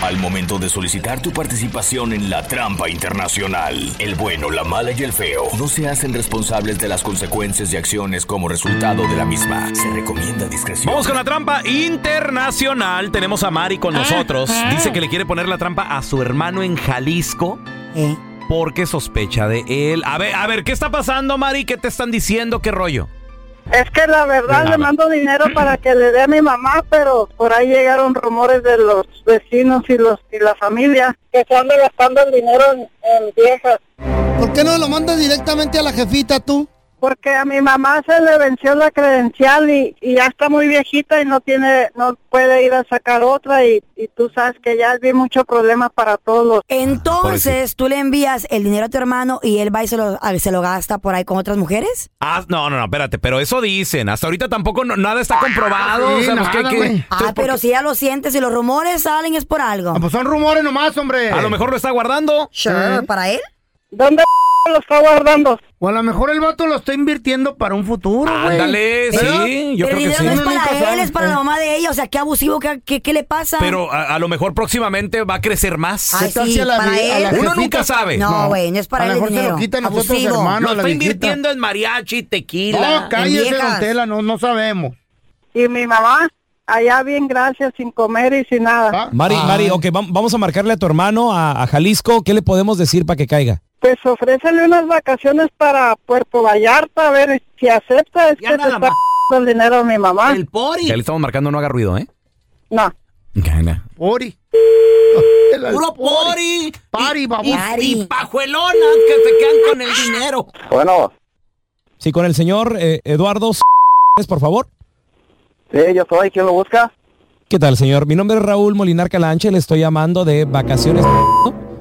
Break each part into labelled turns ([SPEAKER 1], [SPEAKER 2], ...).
[SPEAKER 1] Al momento de solicitar tu participación en la trampa internacional, el bueno, la mala y el feo no se hacen responsables de las consecuencias y acciones como resultado de la misma. Se recomienda discreción.
[SPEAKER 2] Vamos con la trampa internacional. Tenemos a Mari con nosotros. Dice que le quiere poner la trampa a su hermano en Jalisco porque sospecha de él. A ver, a ver, ¿qué está pasando, Mari? ¿Qué te están diciendo? ¿Qué rollo?
[SPEAKER 3] Es que la verdad
[SPEAKER 2] Nada.
[SPEAKER 3] le mando dinero para que le dé a mi mamá, pero por ahí llegaron rumores de los vecinos y los y la familia que se anda gastando el dinero en, en viejas.
[SPEAKER 4] ¿Por qué no lo mandas directamente a la jefita tú?
[SPEAKER 3] Porque a mi mamá se le venció la credencial y, y ya está muy viejita y no tiene, no puede ir a sacar otra y, y tú sabes que ya vi mucho problema para todos los...
[SPEAKER 5] Entonces, tú le envías el dinero a tu hermano y él va y se lo, a- se lo gasta por ahí con otras mujeres.
[SPEAKER 2] Ah, no, no, no, espérate, pero eso dicen. Hasta ahorita tampoco no- nada está comprobado.
[SPEAKER 6] Sí,
[SPEAKER 2] o sea, pues, ¿qué-
[SPEAKER 6] nada,
[SPEAKER 2] qué?
[SPEAKER 6] güey.
[SPEAKER 5] Ah, pero si ya lo sientes y los rumores salen es por algo.
[SPEAKER 6] Ah, pues son rumores nomás, hombre.
[SPEAKER 2] A lo mejor lo está guardando.
[SPEAKER 5] Sure, para él.
[SPEAKER 3] ¿Dónde lo está guardando?
[SPEAKER 6] O a lo mejor el vato lo está invirtiendo para un futuro, güey.
[SPEAKER 2] Ándale,
[SPEAKER 6] ¿Verdad?
[SPEAKER 2] sí, yo
[SPEAKER 5] Pero
[SPEAKER 2] creo
[SPEAKER 5] el
[SPEAKER 2] que
[SPEAKER 5] dinero
[SPEAKER 2] sí.
[SPEAKER 5] no es
[SPEAKER 6] Uno nunca
[SPEAKER 5] para
[SPEAKER 6] sabe.
[SPEAKER 5] él, es para la mamá de ella. O sea, qué abusivo, qué, qué- qué le pasa.
[SPEAKER 2] Pero a, a lo mejor próximamente va a crecer más.
[SPEAKER 5] Ay,
[SPEAKER 6] ¿Qué tal
[SPEAKER 5] sí,
[SPEAKER 6] si a la
[SPEAKER 5] para
[SPEAKER 6] vie- a la
[SPEAKER 5] él.
[SPEAKER 2] Uno
[SPEAKER 6] jefita-
[SPEAKER 2] nunca sabe.
[SPEAKER 5] No, güey, no es para
[SPEAKER 6] a lo
[SPEAKER 5] él el
[SPEAKER 6] mejor se lo
[SPEAKER 5] dinero.
[SPEAKER 6] quitan a nosotros,
[SPEAKER 5] Abusivo.
[SPEAKER 6] hermano.
[SPEAKER 2] Lo
[SPEAKER 6] a la
[SPEAKER 2] está
[SPEAKER 6] viejita.
[SPEAKER 2] invirtiendo en mariachi, tequila.
[SPEAKER 6] No, cállese,
[SPEAKER 5] viejas.
[SPEAKER 6] don Tela, no, no sabemos.
[SPEAKER 3] Y mi mamá allá bien gracias, sin comer y sin nada.
[SPEAKER 6] Ah,
[SPEAKER 7] Mari,
[SPEAKER 6] ah.
[SPEAKER 7] Mari, ok, vam- vamos a marcarle a tu hermano, a, a Jalisco. ¿Qué le podemos decir para que caiga?
[SPEAKER 3] Pues ofrécele unas vacaciones para Puerto Vallarta, a ver si acepta, es
[SPEAKER 2] Ya
[SPEAKER 3] que te
[SPEAKER 2] nada
[SPEAKER 3] está el dinero a mi mamá.
[SPEAKER 2] Ya le estamos marcando, no haga ruido, ¿eh?
[SPEAKER 3] No.
[SPEAKER 6] Ori. Tela,
[SPEAKER 2] Puro pori.
[SPEAKER 6] Pari, baboso.
[SPEAKER 5] Ari.
[SPEAKER 2] pajuelonas que se quedan con el dinero.
[SPEAKER 8] Bueno,
[SPEAKER 7] Sí, con el señor eh, Eduardo, S- por favor.
[SPEAKER 8] sí, yo soy. ¿Quién lo busca?
[SPEAKER 7] ¿Qué tal, señor? Mi nombre es Raúl Molinar Calanche, le estoy llamando de vacaciones.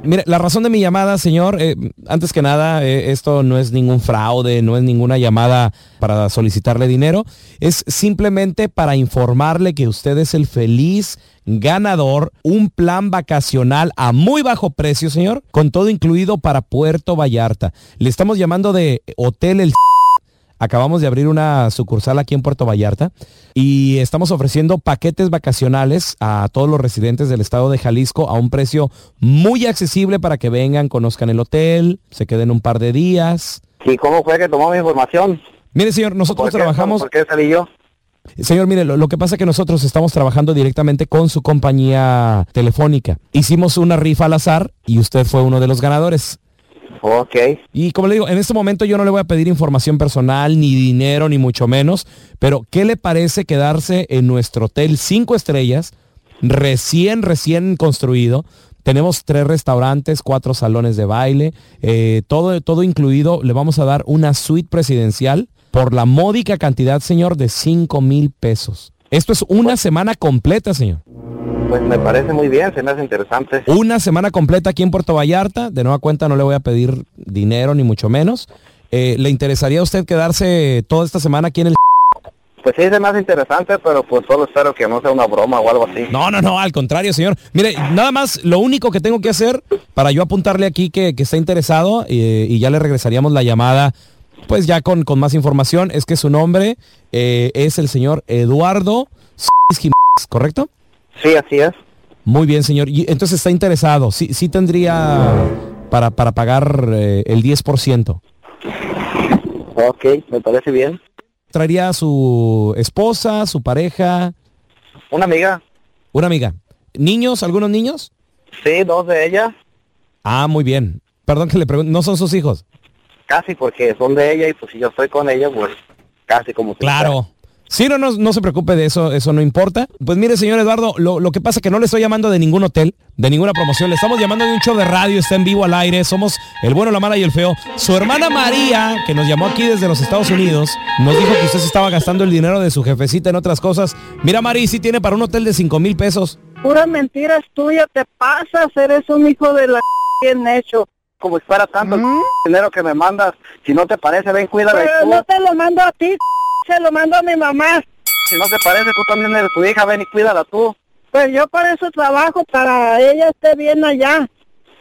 [SPEAKER 7] Mire, la razón de mi llamada, señor, eh, antes que nada, eh, esto no es ningún fraude, no es ninguna llamada para solicitarle dinero, es simplemente para informarle que usted es el feliz ganador, un plan vacacional a muy bajo precio, señor, con todo incluido para Puerto Vallarta. Le estamos llamando de Hotel El Acabamos de abrir una sucursal aquí en Puerto Vallarta y estamos ofreciendo paquetes vacacionales a todos los residentes del estado de Jalisco a un precio muy accesible para que vengan, conozcan el hotel, se queden un par de días.
[SPEAKER 8] ¿Y cómo fue que tomó mi información?
[SPEAKER 7] Mire, señor, nosotros
[SPEAKER 8] ¿Por qué-
[SPEAKER 7] trabajamos...
[SPEAKER 8] ¿Por qué salí yo?
[SPEAKER 7] Señor, mire, lo, lo que pasa es que nosotros estamos trabajando directamente con su compañía telefónica. Hicimos una rifa al azar y usted fue uno de los ganadores.
[SPEAKER 8] Ok.
[SPEAKER 7] Y como le digo, en este momento yo no le voy a pedir información personal, ni dinero, ni mucho menos, pero ¿qué le parece quedarse en nuestro hotel cinco estrellas, recién, recién construido? Tenemos tres restaurantes, cuatro salones de baile, eh, todo, todo incluido. Le vamos a dar una suite presidencial por la módica cantidad, señor, de cinco mil pesos. Esto es una semana completa, señor.
[SPEAKER 8] Pues me parece muy bien, se me hace interesante.
[SPEAKER 7] Una semana completa aquí en Puerto Vallarta. De nueva cuenta no le voy a pedir dinero ni mucho menos. Eh, ¿Le interesaría a usted quedarse toda esta semana aquí en el...
[SPEAKER 8] Pues sí, se me hace interesante, pero pues solo espero que no sea una broma o algo así.
[SPEAKER 7] No, no, no, al contrario, señor. Mire, nada más lo único que tengo que hacer para yo apuntarle aquí que, que está interesado eh, y ya le regresaríamos la llamada, pues ya con, con más información, es que su nombre eh, es el señor Eduardo Jiménez, ¿correcto?
[SPEAKER 8] Sí, así es.
[SPEAKER 7] Muy bien, señor. Y entonces está interesado. Sí, sí tendría para, para pagar eh, el 10%.
[SPEAKER 8] Ok, me parece bien.
[SPEAKER 7] traería a su esposa, su pareja,
[SPEAKER 8] ¿Una amiga?
[SPEAKER 7] una amiga. ¿Niños? ¿Algunos niños?
[SPEAKER 8] Sí, dos de ellas.
[SPEAKER 7] Ah, muy bien.
[SPEAKER 9] Perdón que le pregunte, ¿no son sus hijos?
[SPEAKER 8] Casi porque son de ella y pues si yo estoy con ella, pues casi como... si
[SPEAKER 9] Claro. Sí, no, no, no se preocupe de eso, eso no importa. Pues mire, señor Eduardo, lo, lo que pasa es que no le estoy llamando de ningún hotel, de ninguna promoción, le estamos llamando de un show de radio, está en vivo al aire, somos el bueno, la mala y el feo. Su hermana María, que nos llamó aquí desde los Estados Unidos, nos dijo que usted se estaba gastando el dinero de su jefecita en otras cosas. Mira, Mari, si tiene para un hotel de 5 mil pesos.
[SPEAKER 3] Pura mentira es tuya, te pasas, eres un hijo de la bien hecho.
[SPEAKER 8] Como fuera tanto el dinero que me mandas, si no te parece, ven, cuídame
[SPEAKER 3] Pero
[SPEAKER 8] tú.
[SPEAKER 3] no te lo mando a ti, se lo mando a mi mamá.
[SPEAKER 8] Si no te parece, tú también eres tu hija, ven y cuídala tú.
[SPEAKER 3] Pues yo para eso trabajo, para ella esté bien allá.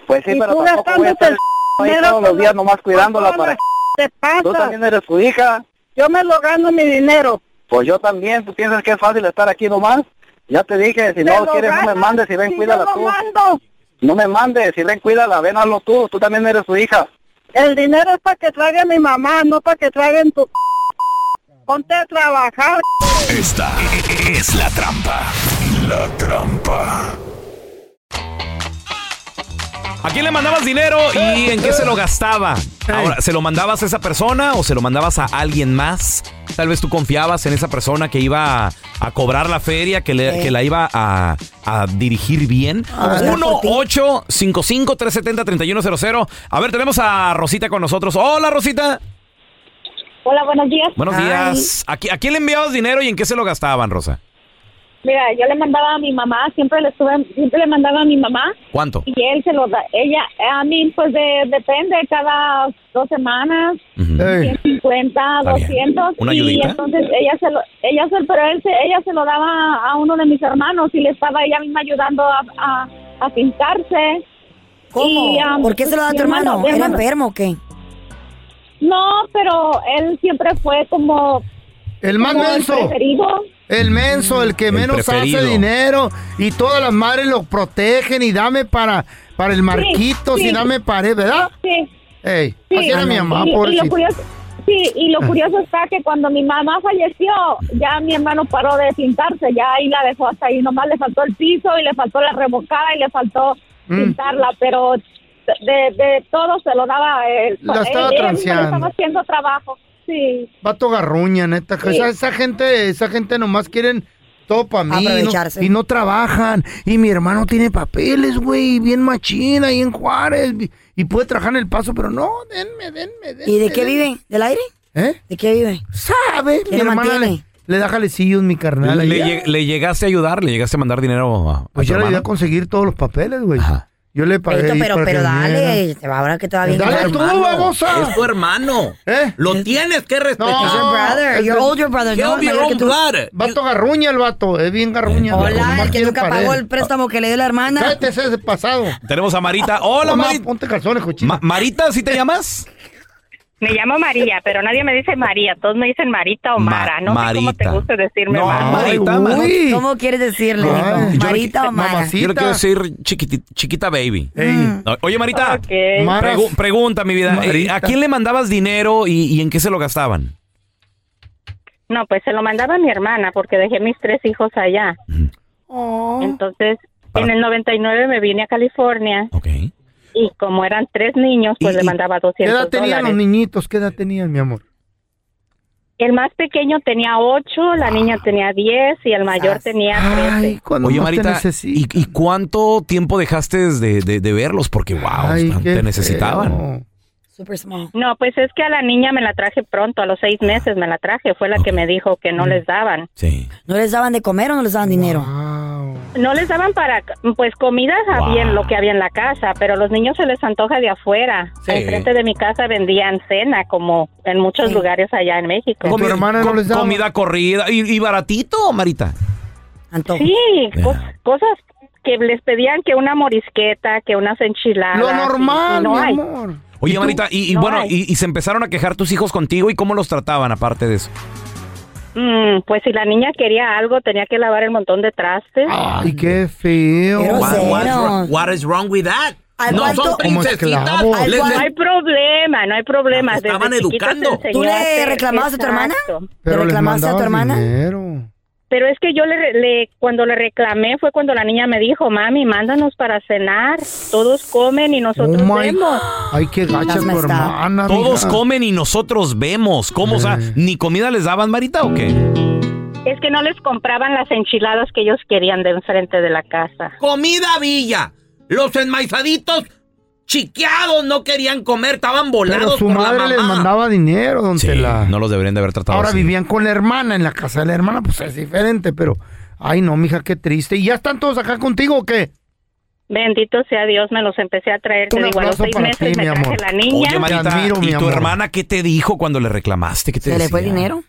[SPEAKER 8] Pues sí,
[SPEAKER 3] Y
[SPEAKER 8] pero
[SPEAKER 3] tú
[SPEAKER 8] tampoco voy a
[SPEAKER 3] gastándote
[SPEAKER 8] estar
[SPEAKER 3] el
[SPEAKER 8] ahí
[SPEAKER 3] dinero
[SPEAKER 8] todos los
[SPEAKER 3] con
[SPEAKER 8] días
[SPEAKER 3] la-
[SPEAKER 8] nomás cuidándola
[SPEAKER 3] con toda
[SPEAKER 8] para...
[SPEAKER 3] la Te pasa.
[SPEAKER 8] Tú también eres su hija.
[SPEAKER 3] Yo me lo gano mi dinero.
[SPEAKER 8] Pues yo también, ¿tú piensas que es fácil estar aquí nomás? Ya te dije, si
[SPEAKER 3] Te
[SPEAKER 8] no
[SPEAKER 3] lo
[SPEAKER 8] quieres no me
[SPEAKER 3] gastas,
[SPEAKER 8] mandes y ven,
[SPEAKER 3] si yo
[SPEAKER 8] cuídala
[SPEAKER 3] lo
[SPEAKER 8] tú.
[SPEAKER 3] mando.
[SPEAKER 8] No me mandes, si ven, cuídala, ven, hazlo tú, tú también eres su hija.
[SPEAKER 3] El dinero es para que traiga mi mamá, no para que traigan tu... Ponte a trabajar.
[SPEAKER 1] Esta es la trampa. La trampa.
[SPEAKER 7] ¿A quién le mandabas dinero y en qué se lo gastaba? Ahora, ¿se lo mandabas a esa persona o se lo mandabas a alguien más? Tal vez tú confiabas en esa persona que iba a, a cobrar la feria, que, le-
[SPEAKER 9] Eh.
[SPEAKER 7] que la iba a, a dirigir bien.
[SPEAKER 9] Ah.
[SPEAKER 7] 1-855-370-3100. A ver, tenemos a Rosita con nosotros. Hola, Rosita.
[SPEAKER 10] Hola, buenos días.
[SPEAKER 7] Buenos días. ¿A, qui- a quién le enviabas dinero y en qué se lo gastaban, Rosa?
[SPEAKER 10] Mira, yo le mandaba a mi mamá, siempre le estuve, siempre le mandaba a mi mamá
[SPEAKER 7] ¿Cuánto?
[SPEAKER 10] y él se lo da. Ella, a mí, pues de, depende, cada dos semanas, 150,
[SPEAKER 7] Está bien.
[SPEAKER 10] 200.
[SPEAKER 7] ¿Una
[SPEAKER 10] y
[SPEAKER 7] ayudita?
[SPEAKER 10] entonces ella se lo, ella se, pero él se, ella se lo daba a uno de mis hermanos y le estaba ella misma ayudando a, a, a pintarse.
[SPEAKER 5] ¿Cómo?
[SPEAKER 10] Y, um,
[SPEAKER 5] ¿Por qué se lo da a
[SPEAKER 10] mi
[SPEAKER 5] tu hermano?
[SPEAKER 10] mi
[SPEAKER 5] ¿Era enfermo o qué?
[SPEAKER 10] No, pero él siempre fue como...
[SPEAKER 6] El más
[SPEAKER 10] como
[SPEAKER 6] menso.
[SPEAKER 10] preferido.
[SPEAKER 6] El menso, el que
[SPEAKER 7] El
[SPEAKER 6] menos
[SPEAKER 7] preferido.
[SPEAKER 6] hace dinero y todas las madres lo protegen y dame para, para el marquito,
[SPEAKER 10] sí.
[SPEAKER 6] y dame pared, ¿verdad?
[SPEAKER 10] Sí. Ah,
[SPEAKER 6] Ey, así era mi mamá,
[SPEAKER 10] y- y lo
[SPEAKER 6] pobrecita.
[SPEAKER 10] curioso- sí, y lo
[SPEAKER 6] Ah.
[SPEAKER 10] curioso está que cuando mi mamá falleció, ya mi hermano paró de pintarse, ya ahí la dejó hasta ahí, nomás le faltó el piso y le faltó la revocada y le faltó
[SPEAKER 6] Mm.
[SPEAKER 10] pintarla, pero de, de todo se lo daba eh, él.
[SPEAKER 6] La estaba
[SPEAKER 10] Él- él mismo
[SPEAKER 6] transeando.
[SPEAKER 10] le estaba haciendo trabajo, sí.
[SPEAKER 6] Vato garruña, neta. que
[SPEAKER 10] Sí.
[SPEAKER 6] Esa, esa gente, esa gente nomás quieren todo para mí. y no-
[SPEAKER 10] Aprovecharse.
[SPEAKER 6] y no trabajan. Y mi hermano tiene papeles, güey, bien machina y en Juárez. Y puede trabajar en el paso, pero no. denme, denme, denme.
[SPEAKER 5] ¿Y de qué vive? ¿Del aire?
[SPEAKER 6] ¿Eh?
[SPEAKER 5] ¿De qué vive?
[SPEAKER 6] ¿Sabe? Mi
[SPEAKER 5] ¿Qué lo
[SPEAKER 6] hermana
[SPEAKER 5] mantiene?
[SPEAKER 6] le, le da jalecillos, mi carnal.
[SPEAKER 7] ¿Le,
[SPEAKER 6] ahí.
[SPEAKER 7] lleg- le llegaste a ayudar? ¿Le llegaste a mandar dinero a, a
[SPEAKER 6] Pues
[SPEAKER 7] tu
[SPEAKER 6] yo le ayudé
[SPEAKER 7] hermano?
[SPEAKER 6] a conseguir todos los papeles, güey. Yo le pagué.
[SPEAKER 5] Feito,
[SPEAKER 6] ahí
[SPEAKER 5] pero,
[SPEAKER 6] para
[SPEAKER 5] pero
[SPEAKER 7] Pues
[SPEAKER 6] que
[SPEAKER 5] dale,
[SPEAKER 6] viniera.
[SPEAKER 5] te va ahora que te va bien.
[SPEAKER 6] Dale tú, babosa.
[SPEAKER 7] Es tu hermano. Lo tienes que respetar.
[SPEAKER 6] No,
[SPEAKER 5] ¿Eh? your brother, your older brother, no, mayor que tú.
[SPEAKER 6] Vato garruña el vato, es bien garruña.
[SPEAKER 5] Hola, el
[SPEAKER 6] Nomás
[SPEAKER 5] que
[SPEAKER 6] quiere
[SPEAKER 5] nunca
[SPEAKER 6] pared.
[SPEAKER 5] pagó el préstamo que le dio la hermana.
[SPEAKER 6] Cállate, ese es el pasado.
[SPEAKER 7] Tenemos a Marita. Hola,
[SPEAKER 6] Mamá,
[SPEAKER 7] Marita.
[SPEAKER 6] Ponte calzones,
[SPEAKER 7] Ma- Marita, ¿sí te llamas?
[SPEAKER 11] Me llamo María, pero nadie me dice María. Todos me dicen Marita o Mara. No sé cómo te
[SPEAKER 7] Marita.
[SPEAKER 11] gusta decirme
[SPEAKER 7] No,
[SPEAKER 11] Mara.
[SPEAKER 7] Marita, Marita.
[SPEAKER 5] Uy, ¿Cómo quieres decirle? hijo?
[SPEAKER 7] Yo le-
[SPEAKER 5] ¿Marita o Mara?
[SPEAKER 7] Yo le quiero decir chiquiti- chiquita baby. No, Oye, Marita,
[SPEAKER 5] Ok.
[SPEAKER 7] pregu- pregunta, mi vida. eh,
[SPEAKER 11] Marita.
[SPEAKER 7] ¿A quién le mandabas dinero y, y en qué se lo gastaban?
[SPEAKER 11] No, pues se lo mandaba a mi hermana porque dejé mis tres hijos allá.
[SPEAKER 5] Oh.
[SPEAKER 11] Entonces, en el 99 me vine a California. Y como eran tres niños, pues le mandaba
[SPEAKER 6] ¿Qué
[SPEAKER 11] 200
[SPEAKER 6] edad tenían los
[SPEAKER 11] dólares.
[SPEAKER 6] niñitos? ¿Qué edad tenían, mi amor?
[SPEAKER 11] El más pequeño tenía ocho,
[SPEAKER 7] Ah.
[SPEAKER 11] la niña tenía 10 y el mayor tenía 13.
[SPEAKER 7] Oye, Marita, ¿y, y cuánto tiempo dejaste de, de- de verlos? Porque, wow, te necesitaban.
[SPEAKER 11] No, pues es que a la niña me la traje pronto, a los seis meses me la traje. Fue la que me dijo que no les daban.
[SPEAKER 5] ¿No les daban de comer o no les daban dinero?
[SPEAKER 11] No les daban para, pues comida había en lo que había en la casa, pero los niños se les antoja de afuera.
[SPEAKER 7] Sí.
[SPEAKER 11] Enfrente de mi casa vendían cena, como en muchos lugares allá en México.
[SPEAKER 7] Comi- co- Comida corrida y, y baratito, Marita.
[SPEAKER 11] Sí, co- cosas que les pedían que una morisqueta, que unas enchiladas.
[SPEAKER 6] Lo normal,
[SPEAKER 11] y no
[SPEAKER 6] mi
[SPEAKER 11] hay.
[SPEAKER 6] amor.
[SPEAKER 7] Oye, Marita, y, y
[SPEAKER 11] No
[SPEAKER 7] bueno,
[SPEAKER 11] hay.
[SPEAKER 7] y, y se empezaron a quejar tus hijos contigo y cómo los trataban aparte de eso.
[SPEAKER 11] Mm, pues si la niña quería algo, tenía que lavar el montón de trastes.
[SPEAKER 6] Ay, qué feo.
[SPEAKER 7] is wrong with that?
[SPEAKER 11] Al No cuarto- son
[SPEAKER 6] Como
[SPEAKER 11] princesitas,
[SPEAKER 6] esclavo.
[SPEAKER 11] Al les- cuarto- no hay problema, no hay problema. Las estaban Desde chiquitas educando. te
[SPEAKER 5] ¿Tú le
[SPEAKER 11] enseñaste-
[SPEAKER 5] reclamabas a tu hermana?
[SPEAKER 11] Exacto.
[SPEAKER 5] ¿Le
[SPEAKER 6] Pero les
[SPEAKER 5] reclamaste a tu
[SPEAKER 6] mandabas
[SPEAKER 5] hermana?
[SPEAKER 6] dinero.
[SPEAKER 11] Pero es que yo le, le- cuando le reclamé fue cuando la niña me dijo, mami, mándanos para cenar, todos comen y nosotros
[SPEAKER 6] Oh my-
[SPEAKER 11] vemos.
[SPEAKER 6] Ay, qué gacha tu hermana.
[SPEAKER 7] Todos
[SPEAKER 6] mija.
[SPEAKER 7] comen y nosotros vemos. ¿Cómo? O sea,
[SPEAKER 6] Eh.
[SPEAKER 7] ¿ni comida les daban, Marita, o qué?
[SPEAKER 11] Es que no les compraban las enchiladas que ellos querían de enfrente de la casa.
[SPEAKER 12] Comida villa. Los enmaizaditos chiqueados no querían comer, estaban volados
[SPEAKER 6] Pero su
[SPEAKER 12] por
[SPEAKER 6] madre
[SPEAKER 12] la
[SPEAKER 6] les
[SPEAKER 12] mamá.
[SPEAKER 6] mandaba dinero, don Tela.
[SPEAKER 7] No los deberían de haber tratado
[SPEAKER 6] Ahora
[SPEAKER 7] así.
[SPEAKER 6] vivían con la hermana en la casa de la hermana, pues es diferente, pero. Ay, no, mija, qué triste. ¿Y ya están todos acá contigo o qué?
[SPEAKER 11] Bendito sea Dios, me los empecé a traer. Te
[SPEAKER 6] Un
[SPEAKER 11] digo, a los
[SPEAKER 6] aplauso
[SPEAKER 11] seis
[SPEAKER 6] para
[SPEAKER 11] meses
[SPEAKER 6] ti,
[SPEAKER 11] me
[SPEAKER 6] mi
[SPEAKER 11] traje
[SPEAKER 6] amor.
[SPEAKER 11] la niña.
[SPEAKER 7] Oye, Marita,
[SPEAKER 6] admiro, mi
[SPEAKER 7] ¿y tu
[SPEAKER 6] amor.
[SPEAKER 7] hermana qué te dijo cuando le reclamaste? ¿Qué te
[SPEAKER 11] ¿Se le fue el
[SPEAKER 7] decía?
[SPEAKER 11] dinero?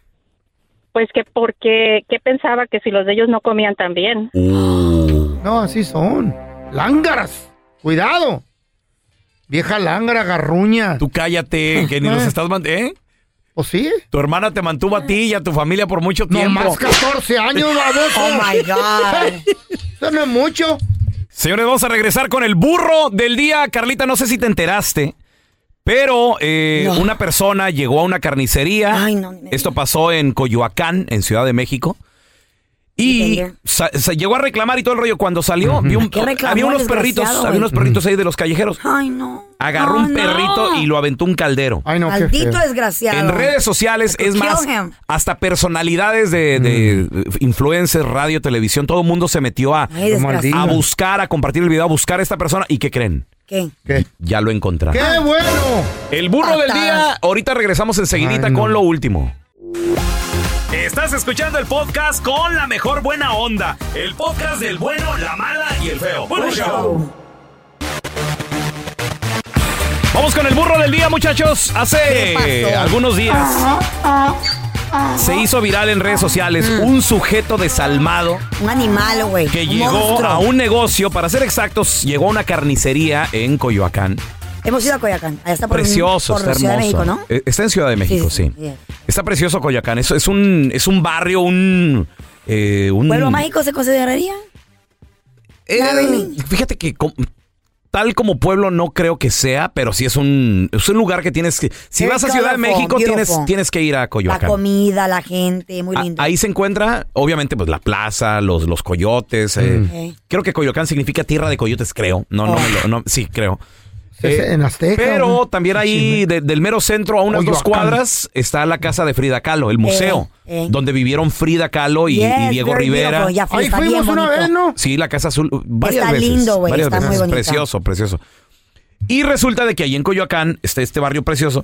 [SPEAKER 11] Pues que porque, que pensaba que si los de ellos no comían también.
[SPEAKER 7] Uh.
[SPEAKER 6] No, así son. Lángaras. Cuidado. Vieja lángara, garruña.
[SPEAKER 7] Tú cállate, que ni los estás mandando. ¿Eh?
[SPEAKER 6] ¿O Pues sí?
[SPEAKER 7] Tu hermana te mantuvo a ti y a tu familia por mucho
[SPEAKER 6] No
[SPEAKER 7] tiempo.
[SPEAKER 6] más 14 años, baboso.
[SPEAKER 7] Oh, my God.
[SPEAKER 6] Eso no es mucho.
[SPEAKER 7] Señores, vamos a regresar con el burro del día. Carlita, no sé si te enteraste, pero eh,
[SPEAKER 5] No.
[SPEAKER 7] una persona llegó a una carnicería. Esto pasó en Coyoacán, en Ciudad de México. Y sa- sa- llegó a reclamar y todo el rollo. Cuando salió, vio un-
[SPEAKER 5] ¿Qué reclamó
[SPEAKER 7] había
[SPEAKER 5] el
[SPEAKER 7] unos perritos,
[SPEAKER 5] desgraciado,
[SPEAKER 7] había
[SPEAKER 5] güey?
[SPEAKER 7] unos perritos ahí de los callejeros.
[SPEAKER 5] Ay, no.
[SPEAKER 7] Agarró
[SPEAKER 5] No,
[SPEAKER 7] un perrito
[SPEAKER 5] no.
[SPEAKER 7] y lo aventó un caldero.
[SPEAKER 5] Maldito desgraciado.
[SPEAKER 7] En redes sociales,
[SPEAKER 5] I could
[SPEAKER 7] es más,
[SPEAKER 5] kill him.
[SPEAKER 7] hasta personalidades de, de influencers, radio, televisión, todo el mundo se metió a,
[SPEAKER 5] Ay, desgraciado.
[SPEAKER 7] a buscar, a compartir el video, a buscar a esta persona. ¿Y qué creen?
[SPEAKER 5] ¿Qué?
[SPEAKER 7] Ya lo encontraron.
[SPEAKER 6] ¡Qué bueno!
[SPEAKER 7] El burro del día. Ahorita regresamos enseguidita con lo último. Estás escuchando el podcast con la mejor buena onda. El podcast del bueno, la mala y el feo. Bueno, show. Vamos con el burro del día, muchachos. Hace algunos días se hizo viral en redes sociales
[SPEAKER 5] Mm.
[SPEAKER 7] un sujeto desalmado
[SPEAKER 5] Un animal, güey.
[SPEAKER 7] que
[SPEAKER 5] Un
[SPEAKER 7] llegó
[SPEAKER 5] monstruo.
[SPEAKER 7] a un negocio, para ser exactos, llegó a una carnicería en Coyoacán.
[SPEAKER 5] Hemos ido a Coyacán. Allá está por,
[SPEAKER 7] Precioso,
[SPEAKER 5] por
[SPEAKER 7] está
[SPEAKER 5] Ciudad de
[SPEAKER 7] hermoso.
[SPEAKER 5] México, ¿no?
[SPEAKER 7] Eh, Está en Ciudad de México, sí.
[SPEAKER 5] Bien.
[SPEAKER 7] Está precioso Coyoacán. Es, es un es un barrio, un eh, un-
[SPEAKER 5] ¿Pueblo mágico se consideraría?
[SPEAKER 7] Eh, fíjate que com- tal como pueblo no creo que sea, pero sí es un es un lugar que tienes que si
[SPEAKER 5] Very
[SPEAKER 7] vas a Ciudad de
[SPEAKER 5] colorful,
[SPEAKER 7] México tienes
[SPEAKER 5] beautiful.
[SPEAKER 7] tienes que ir a
[SPEAKER 5] La
[SPEAKER 7] Coyoacán. Ah,
[SPEAKER 5] comida, la gente, muy
[SPEAKER 7] A-
[SPEAKER 5] lindo.
[SPEAKER 7] ahí se encuentra, obviamente, pues la plaza, los, los coyotes. eh.
[SPEAKER 5] Eh.
[SPEAKER 7] Creo que Coyoacán significa tierra de coyotes, creo. No, no, me lo- no sí, creo.
[SPEAKER 6] Es en Azteca.
[SPEAKER 7] Pero
[SPEAKER 6] güey.
[SPEAKER 7] también ahí, de- del mero centro, a unas dos
[SPEAKER 6] Coyoacán.
[SPEAKER 7] cuadras, está la casa de Frida Kahlo, el museo,
[SPEAKER 6] eh.
[SPEAKER 7] donde vivieron Frida Kahlo y, y
[SPEAKER 5] Yes,
[SPEAKER 7] Diego
[SPEAKER 5] very
[SPEAKER 7] Rivera.
[SPEAKER 5] beautiful. Ya fui, Ahí está fuimos bien una bonito. vez,
[SPEAKER 6] ¿no?
[SPEAKER 7] Sí, la Casa Azul, uh, varias
[SPEAKER 5] Está
[SPEAKER 7] veces.
[SPEAKER 5] lindo, güey,
[SPEAKER 7] varias
[SPEAKER 5] está muy
[SPEAKER 7] veces.
[SPEAKER 5] bonita.
[SPEAKER 7] Precioso, precioso. Y resulta de que ahí en Coyoacán, está este barrio precioso,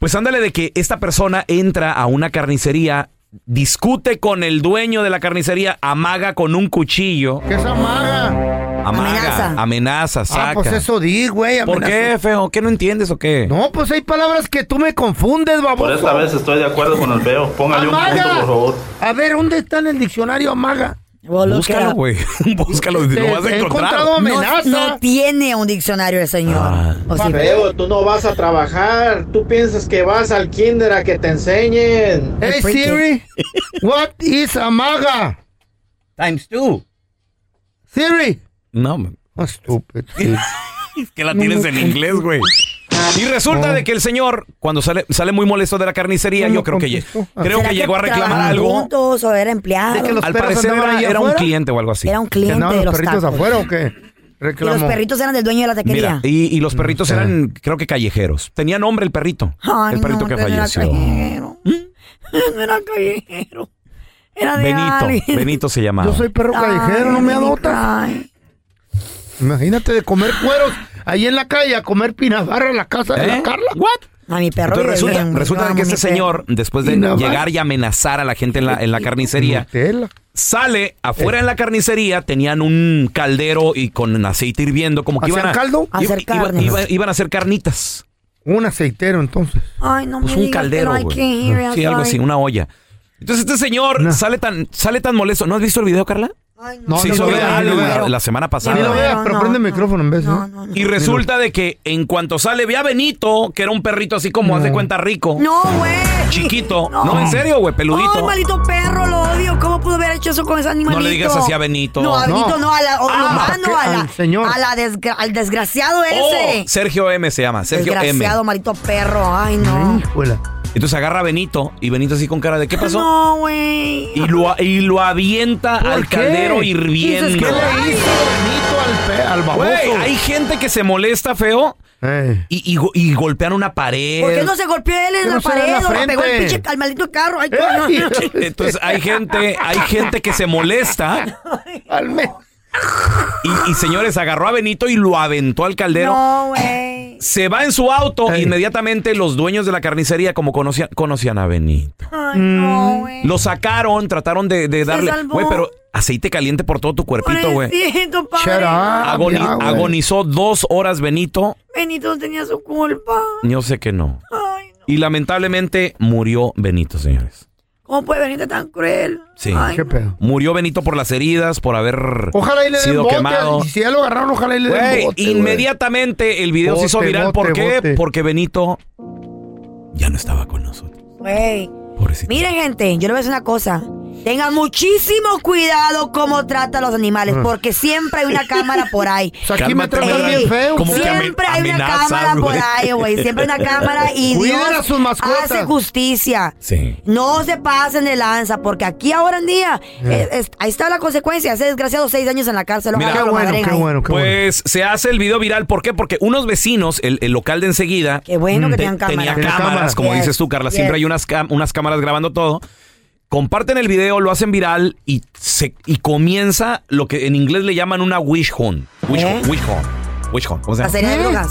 [SPEAKER 7] pues ándale de que esta persona entra a una carnicería, discute con el dueño de la carnicería, amaga con un cuchillo.
[SPEAKER 6] ¿Qué es amaga?
[SPEAKER 7] Amaga,
[SPEAKER 6] Amenaza.
[SPEAKER 7] amenaza, saca.
[SPEAKER 6] Ah, pues eso di, güey.
[SPEAKER 7] ¿Por
[SPEAKER 6] amenaza.
[SPEAKER 7] qué, feo? ¿Qué no entiendes o qué?
[SPEAKER 6] No, pues hay palabras que tú me confundes, baboso.
[SPEAKER 13] Por esta vez estoy de acuerdo con el feo. Póngale un punto,
[SPEAKER 6] Amaga.
[SPEAKER 13] por favor.
[SPEAKER 6] A ver, ¿dónde está en el diccionario amaga?
[SPEAKER 7] Búscalo, güey. Búscalo, lo vas a
[SPEAKER 6] He
[SPEAKER 7] encontrar.
[SPEAKER 6] encontrado
[SPEAKER 5] No,
[SPEAKER 6] amenaza. Ah.
[SPEAKER 5] no tiene un diccionario el señor. O
[SPEAKER 7] Pues
[SPEAKER 5] sí.
[SPEAKER 14] Feo, tú no vas a trabajar. Tú piensas que vas al kinder a que te enseñen.
[SPEAKER 7] Pues
[SPEAKER 6] Hey Siri, what is amaga?
[SPEAKER 12] Times two.
[SPEAKER 6] Siri. Oh,
[SPEAKER 7] No, man.
[SPEAKER 6] Estúpido.
[SPEAKER 7] Es que la tienes en inglés, güey. Y resulta de que el señor, cuando sale, sale muy molesto de la carnicería, yo creo que, lle- creo
[SPEAKER 5] ¿Será
[SPEAKER 7] que llegó a reclamar
[SPEAKER 5] trabajaban
[SPEAKER 7] algo.
[SPEAKER 5] juntos o era empleado?
[SPEAKER 7] Al parecer era, era un cliente o algo así.
[SPEAKER 5] Era un cliente
[SPEAKER 6] ¿Andaban
[SPEAKER 5] de
[SPEAKER 6] los
[SPEAKER 5] los
[SPEAKER 6] perritos
[SPEAKER 5] tacos.
[SPEAKER 6] afuera o qué?
[SPEAKER 5] Y los
[SPEAKER 6] Reclamó.
[SPEAKER 5] perritos eran del dueño de la taquería.
[SPEAKER 7] Mira, y, y los perritos eran, creo que callejeros. Tenía nombre el perrito.
[SPEAKER 5] Ay,
[SPEAKER 7] el perrito
[SPEAKER 5] no,
[SPEAKER 7] que
[SPEAKER 5] pero era
[SPEAKER 7] falleció.
[SPEAKER 5] callejero. No era callejero. Era de alguien.
[SPEAKER 7] Benito, Benito se llamaba.
[SPEAKER 6] Yo soy perro callejero, no me adoptas. Imagínate de comer cueros ahí en la calle, a comer pinabarra en la casa de la
[SPEAKER 7] ¿Eh?
[SPEAKER 6] Carla.
[SPEAKER 5] ¿What? A mi perro.
[SPEAKER 7] Entonces
[SPEAKER 5] vive
[SPEAKER 7] resulta,
[SPEAKER 5] bien, güey.
[SPEAKER 7] resulta
[SPEAKER 5] Yo
[SPEAKER 7] que
[SPEAKER 5] amo
[SPEAKER 7] este
[SPEAKER 5] mi perro.
[SPEAKER 7] señor, después de
[SPEAKER 5] Y nada más.
[SPEAKER 7] llegar y amenazar a la gente en la, en la carnicería, sale
[SPEAKER 6] Eh.
[SPEAKER 7] afuera en la carnicería, tenían un caldero y con aceite hirviendo, como que
[SPEAKER 6] ¿Hacían
[SPEAKER 7] iban a,
[SPEAKER 6] caldo?
[SPEAKER 7] iba-
[SPEAKER 6] Hacer
[SPEAKER 7] iba-
[SPEAKER 6] carnes.
[SPEAKER 7] iba- pues iban a hacer carnitas.
[SPEAKER 6] Un aceitero, entonces.
[SPEAKER 5] Ay, no
[SPEAKER 7] Pues
[SPEAKER 5] me
[SPEAKER 7] un
[SPEAKER 5] digas,
[SPEAKER 7] caldero,
[SPEAKER 5] pero hay
[SPEAKER 7] güey.
[SPEAKER 5] que ir,
[SPEAKER 7] Sí,
[SPEAKER 5] ay,
[SPEAKER 7] algo así,
[SPEAKER 5] ay.
[SPEAKER 7] una olla. Entonces este señor sale tan sale tan molesto. ¿No has visto el video, Carla?
[SPEAKER 6] No,
[SPEAKER 7] Se
[SPEAKER 6] ni
[SPEAKER 7] hizo
[SPEAKER 6] lo veas,
[SPEAKER 7] viral
[SPEAKER 6] ni lo
[SPEAKER 7] la-
[SPEAKER 6] veas.
[SPEAKER 7] la semana pasada.
[SPEAKER 6] Ni lo veas, pero prende el micrófono en vez. ¿no?
[SPEAKER 7] Y resulta de que en cuanto sale, ve a Benito, que era un perrito así como haz de cuenta rico.
[SPEAKER 5] No, güey.
[SPEAKER 7] Chiquito.
[SPEAKER 5] No.
[SPEAKER 7] No, en serio, güey, peludito.
[SPEAKER 5] Ay, maldito perro, lo odio. ¿Cómo pudo haber hecho eso con ese animalito?
[SPEAKER 7] No le digas así a Benito.
[SPEAKER 5] No, a Benito no, a la, o-
[SPEAKER 7] Ah,
[SPEAKER 5] no, ah, no, a la,
[SPEAKER 7] al señor.
[SPEAKER 5] a la desgra- al desgraciado
[SPEAKER 7] Oh,
[SPEAKER 5] ese.
[SPEAKER 7] Sergio M se llama. Sergio M.
[SPEAKER 5] desgraciado, maldito perro. Ay, no.
[SPEAKER 6] Hijuela.
[SPEAKER 7] Entonces agarra a Benito y Benito así con cara de ¿qué pasó?
[SPEAKER 5] No, güey.
[SPEAKER 7] Y lo, y lo avienta al
[SPEAKER 5] qué?
[SPEAKER 7] caldero hirviendo.
[SPEAKER 5] Dices, ¿qué le hizo
[SPEAKER 6] Benito al, baboso?
[SPEAKER 7] Güey, hay gente que se molesta feo y, y go- y golpean una pared.
[SPEAKER 5] ¿Por qué no se golpeó él
[SPEAKER 7] Que
[SPEAKER 5] en
[SPEAKER 7] no
[SPEAKER 5] la
[SPEAKER 7] se ve en
[SPEAKER 5] pared
[SPEAKER 7] la
[SPEAKER 5] o lo pegó el
[SPEAKER 7] frente.
[SPEAKER 5] pinche al maldito carro? Ay,
[SPEAKER 7] Entonces hay gente, hay gente que se molesta. Y, y, señores, agarró a Benito y lo aventó al caldero.
[SPEAKER 5] No, güey.
[SPEAKER 7] Se va en su auto. Inmediatamente los dueños de la carnicería, como conocían, conocían a Benito.
[SPEAKER 5] Ay, no, güey.
[SPEAKER 7] Lo sacaron, trataron de, de darle.
[SPEAKER 5] Eh. salvó.
[SPEAKER 7] Güey, pero aceite caliente por todo tu cuerpito, güey.
[SPEAKER 5] Pobrecito, padre.
[SPEAKER 7] Agoni- agonizó dos horas Benito.
[SPEAKER 5] Benito no tenía su culpa.
[SPEAKER 7] Yo sé que no. Y lamentablemente murió Benito, señores.
[SPEAKER 5] ¿Cómo puede venirte tan cruel?
[SPEAKER 7] Sí.
[SPEAKER 5] Ay, no.
[SPEAKER 7] Murió Benito por las heridas, por haber
[SPEAKER 6] Ojalá y le den
[SPEAKER 7] sido
[SPEAKER 6] bote.
[SPEAKER 7] quemado.
[SPEAKER 6] Y si ya lo agarraron, ojalá y le den
[SPEAKER 7] Güey,
[SPEAKER 6] bote, güey.
[SPEAKER 7] inmediatamente el video se hizo
[SPEAKER 6] Bote,
[SPEAKER 7] viral.
[SPEAKER 6] bote,
[SPEAKER 7] ¿Por qué?
[SPEAKER 6] bote.
[SPEAKER 7] Porque Benito ya no estaba con nosotros.
[SPEAKER 5] Güey. Miren, gente, yo les voy a decir una cosa. Tengan muchísimo cuidado cómo trata a los animales,
[SPEAKER 7] Ah.
[SPEAKER 5] porque siempre hay una cámara por ahí.
[SPEAKER 6] Mm. sea, aquí me tratan
[SPEAKER 5] Ey,
[SPEAKER 6] bien feo. Como que ame-
[SPEAKER 5] Siempre hay una
[SPEAKER 6] amenazan,
[SPEAKER 5] cámara por
[SPEAKER 6] güey.
[SPEAKER 5] ahí, güey. Siempre hay una cámara y
[SPEAKER 6] Cuiden
[SPEAKER 5] Dios
[SPEAKER 6] a sus mascotas.
[SPEAKER 5] hace justicia.
[SPEAKER 7] Sí.
[SPEAKER 5] No se pasen de lanza, porque aquí ahora en día, eh, es- ahí está la consecuencia. Ese desgraciado seis años en la cárcel.
[SPEAKER 7] Mira,
[SPEAKER 5] ojalá lo madren ahí.
[SPEAKER 7] pues se hace el video viral. ¿Por qué? Porque unos vecinos, el, el local de enseguida,
[SPEAKER 5] bueno que
[SPEAKER 7] te-
[SPEAKER 5] tenían cámaras.
[SPEAKER 7] tenía
[SPEAKER 5] Tenía
[SPEAKER 7] cámaras,
[SPEAKER 5] cámaras.
[SPEAKER 7] como
[SPEAKER 5] Yes,
[SPEAKER 7] dices tú, Carla. Siempre
[SPEAKER 5] yes.
[SPEAKER 7] hay unas, cam- unas cámaras grabando todo. Comparten el video, lo hacen viral y, se, y comienza lo que en inglés le llaman una wish hunt. Wish
[SPEAKER 5] ¿Eh?
[SPEAKER 7] hunt, wish hunt. Wish hunt. ¿Cómo se llama?
[SPEAKER 5] Cacería de brujas.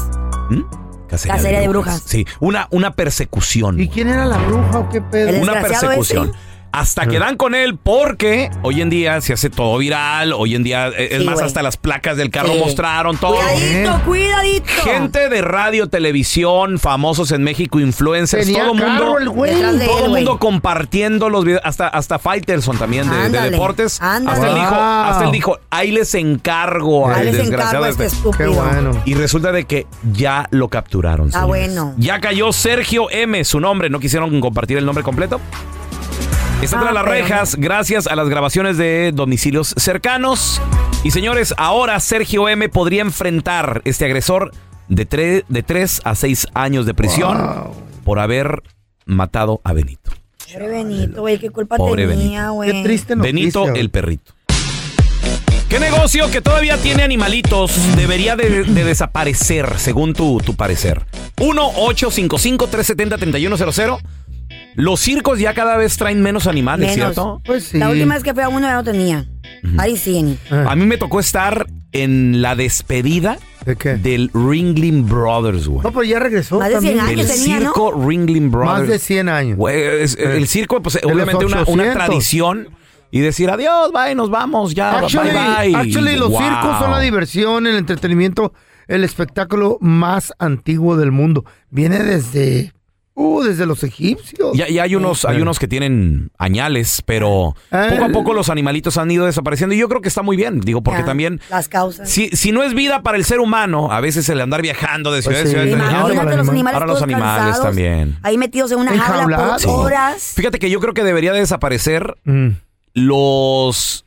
[SPEAKER 7] Cacería,
[SPEAKER 5] Cacería de brujas.
[SPEAKER 7] Sí, una, una persecución.
[SPEAKER 6] ¿Y quién era la bruja o qué pedo?
[SPEAKER 7] una persecución. Hasta
[SPEAKER 5] Mm.
[SPEAKER 7] que dan con él porque hoy en día se hace todo viral, hoy en día eh, es
[SPEAKER 5] Sí,
[SPEAKER 7] más
[SPEAKER 5] güey.
[SPEAKER 7] hasta las placas del carro
[SPEAKER 5] Sí.
[SPEAKER 7] mostraron todo.
[SPEAKER 6] Eh.
[SPEAKER 5] Cuidadito, cuidadito.
[SPEAKER 7] Gente de radio, televisión, famosos en México, influencers,
[SPEAKER 5] Tenía
[SPEAKER 7] todo
[SPEAKER 5] carro
[SPEAKER 7] mundo,
[SPEAKER 5] el güey. Detrás de
[SPEAKER 7] todo
[SPEAKER 5] él, güey.
[SPEAKER 7] mundo compartiendo los videos, hasta hasta Fighterson también de- de,
[SPEAKER 5] Ándale,
[SPEAKER 7] deportes,
[SPEAKER 5] ándale.
[SPEAKER 7] hasta él dijo,
[SPEAKER 5] Wow.
[SPEAKER 7] hasta él dijo, ahí les encargo
[SPEAKER 5] Ahí
[SPEAKER 7] al
[SPEAKER 5] les encargo
[SPEAKER 7] desgraciado
[SPEAKER 5] a este estúpido. Qué bueno.
[SPEAKER 7] Y resulta de que ya lo capturaron.
[SPEAKER 5] Ah,
[SPEAKER 7] señores.
[SPEAKER 5] bueno.
[SPEAKER 7] Ya cayó Sergio M, su nombre, no quisieron compartir el nombre completo. Está tras
[SPEAKER 5] Ah,
[SPEAKER 7] las
[SPEAKER 5] pero-
[SPEAKER 7] rejas gracias a las grabaciones de domicilios cercanos. Y señores, ahora Sergio M podría enfrentar este agresor de, tre- de 3 a 6 años de prisión por haber matado a Benito.
[SPEAKER 5] Pobre Benito, güey, qué culpa
[SPEAKER 7] Pobre
[SPEAKER 5] tenía, güey. Qué triste
[SPEAKER 7] Benito el perrito. ¿Qué negocio que todavía tiene animalitos debería de, de desaparecer, según tu, tu parecer? 1-855-370-3100. Los circos ya cada vez traen menos animales, Ah,
[SPEAKER 5] Menos.
[SPEAKER 7] ¿cierto?
[SPEAKER 6] Pues
[SPEAKER 5] La última vez que fui a uno ya no tenía. Ahí siguen.
[SPEAKER 6] Ah.
[SPEAKER 7] A mí me tocó estar en la despedida del Ringling Brothers, güey.
[SPEAKER 6] No, pero ya regresó.
[SPEAKER 5] Más de cien
[SPEAKER 6] también.
[SPEAKER 7] El circo Ringling Brothers.
[SPEAKER 6] Más de 100 años.
[SPEAKER 7] Güey, es-
[SPEAKER 6] Eh,
[SPEAKER 7] el circo, pues,
[SPEAKER 6] de los
[SPEAKER 7] obviamente una, una
[SPEAKER 6] 800.
[SPEAKER 7] tradición. Y decir adiós, bye, nos vamos, ya,
[SPEAKER 6] Actually,
[SPEAKER 7] bye, bye.
[SPEAKER 6] actually, los
[SPEAKER 7] Wow.
[SPEAKER 6] circos son la diversión, el entretenimiento, el espectáculo más antiguo del mundo. Viene desde, uh, desde los egipcios.
[SPEAKER 7] Ya, ya hay unos, hay unos que tienen añales, pero poco a poco los animalitos han ido desapareciendo y yo creo que está muy bien, digo, porque
[SPEAKER 5] Ya,
[SPEAKER 7] también
[SPEAKER 5] Las causas.
[SPEAKER 7] si, si no es vida para el ser humano, a veces el andar viajando de ciudad
[SPEAKER 5] sí.
[SPEAKER 7] en ciudad,
[SPEAKER 5] Imagínate
[SPEAKER 7] ahora
[SPEAKER 5] los animales
[SPEAKER 7] ahora los
[SPEAKER 5] todos
[SPEAKER 7] animales
[SPEAKER 5] cansados.
[SPEAKER 7] también.
[SPEAKER 5] Ahí metidos en una jaula
[SPEAKER 7] Enjaulados.
[SPEAKER 5] por horas.
[SPEAKER 7] Fíjate que yo creo que debería de desaparecer los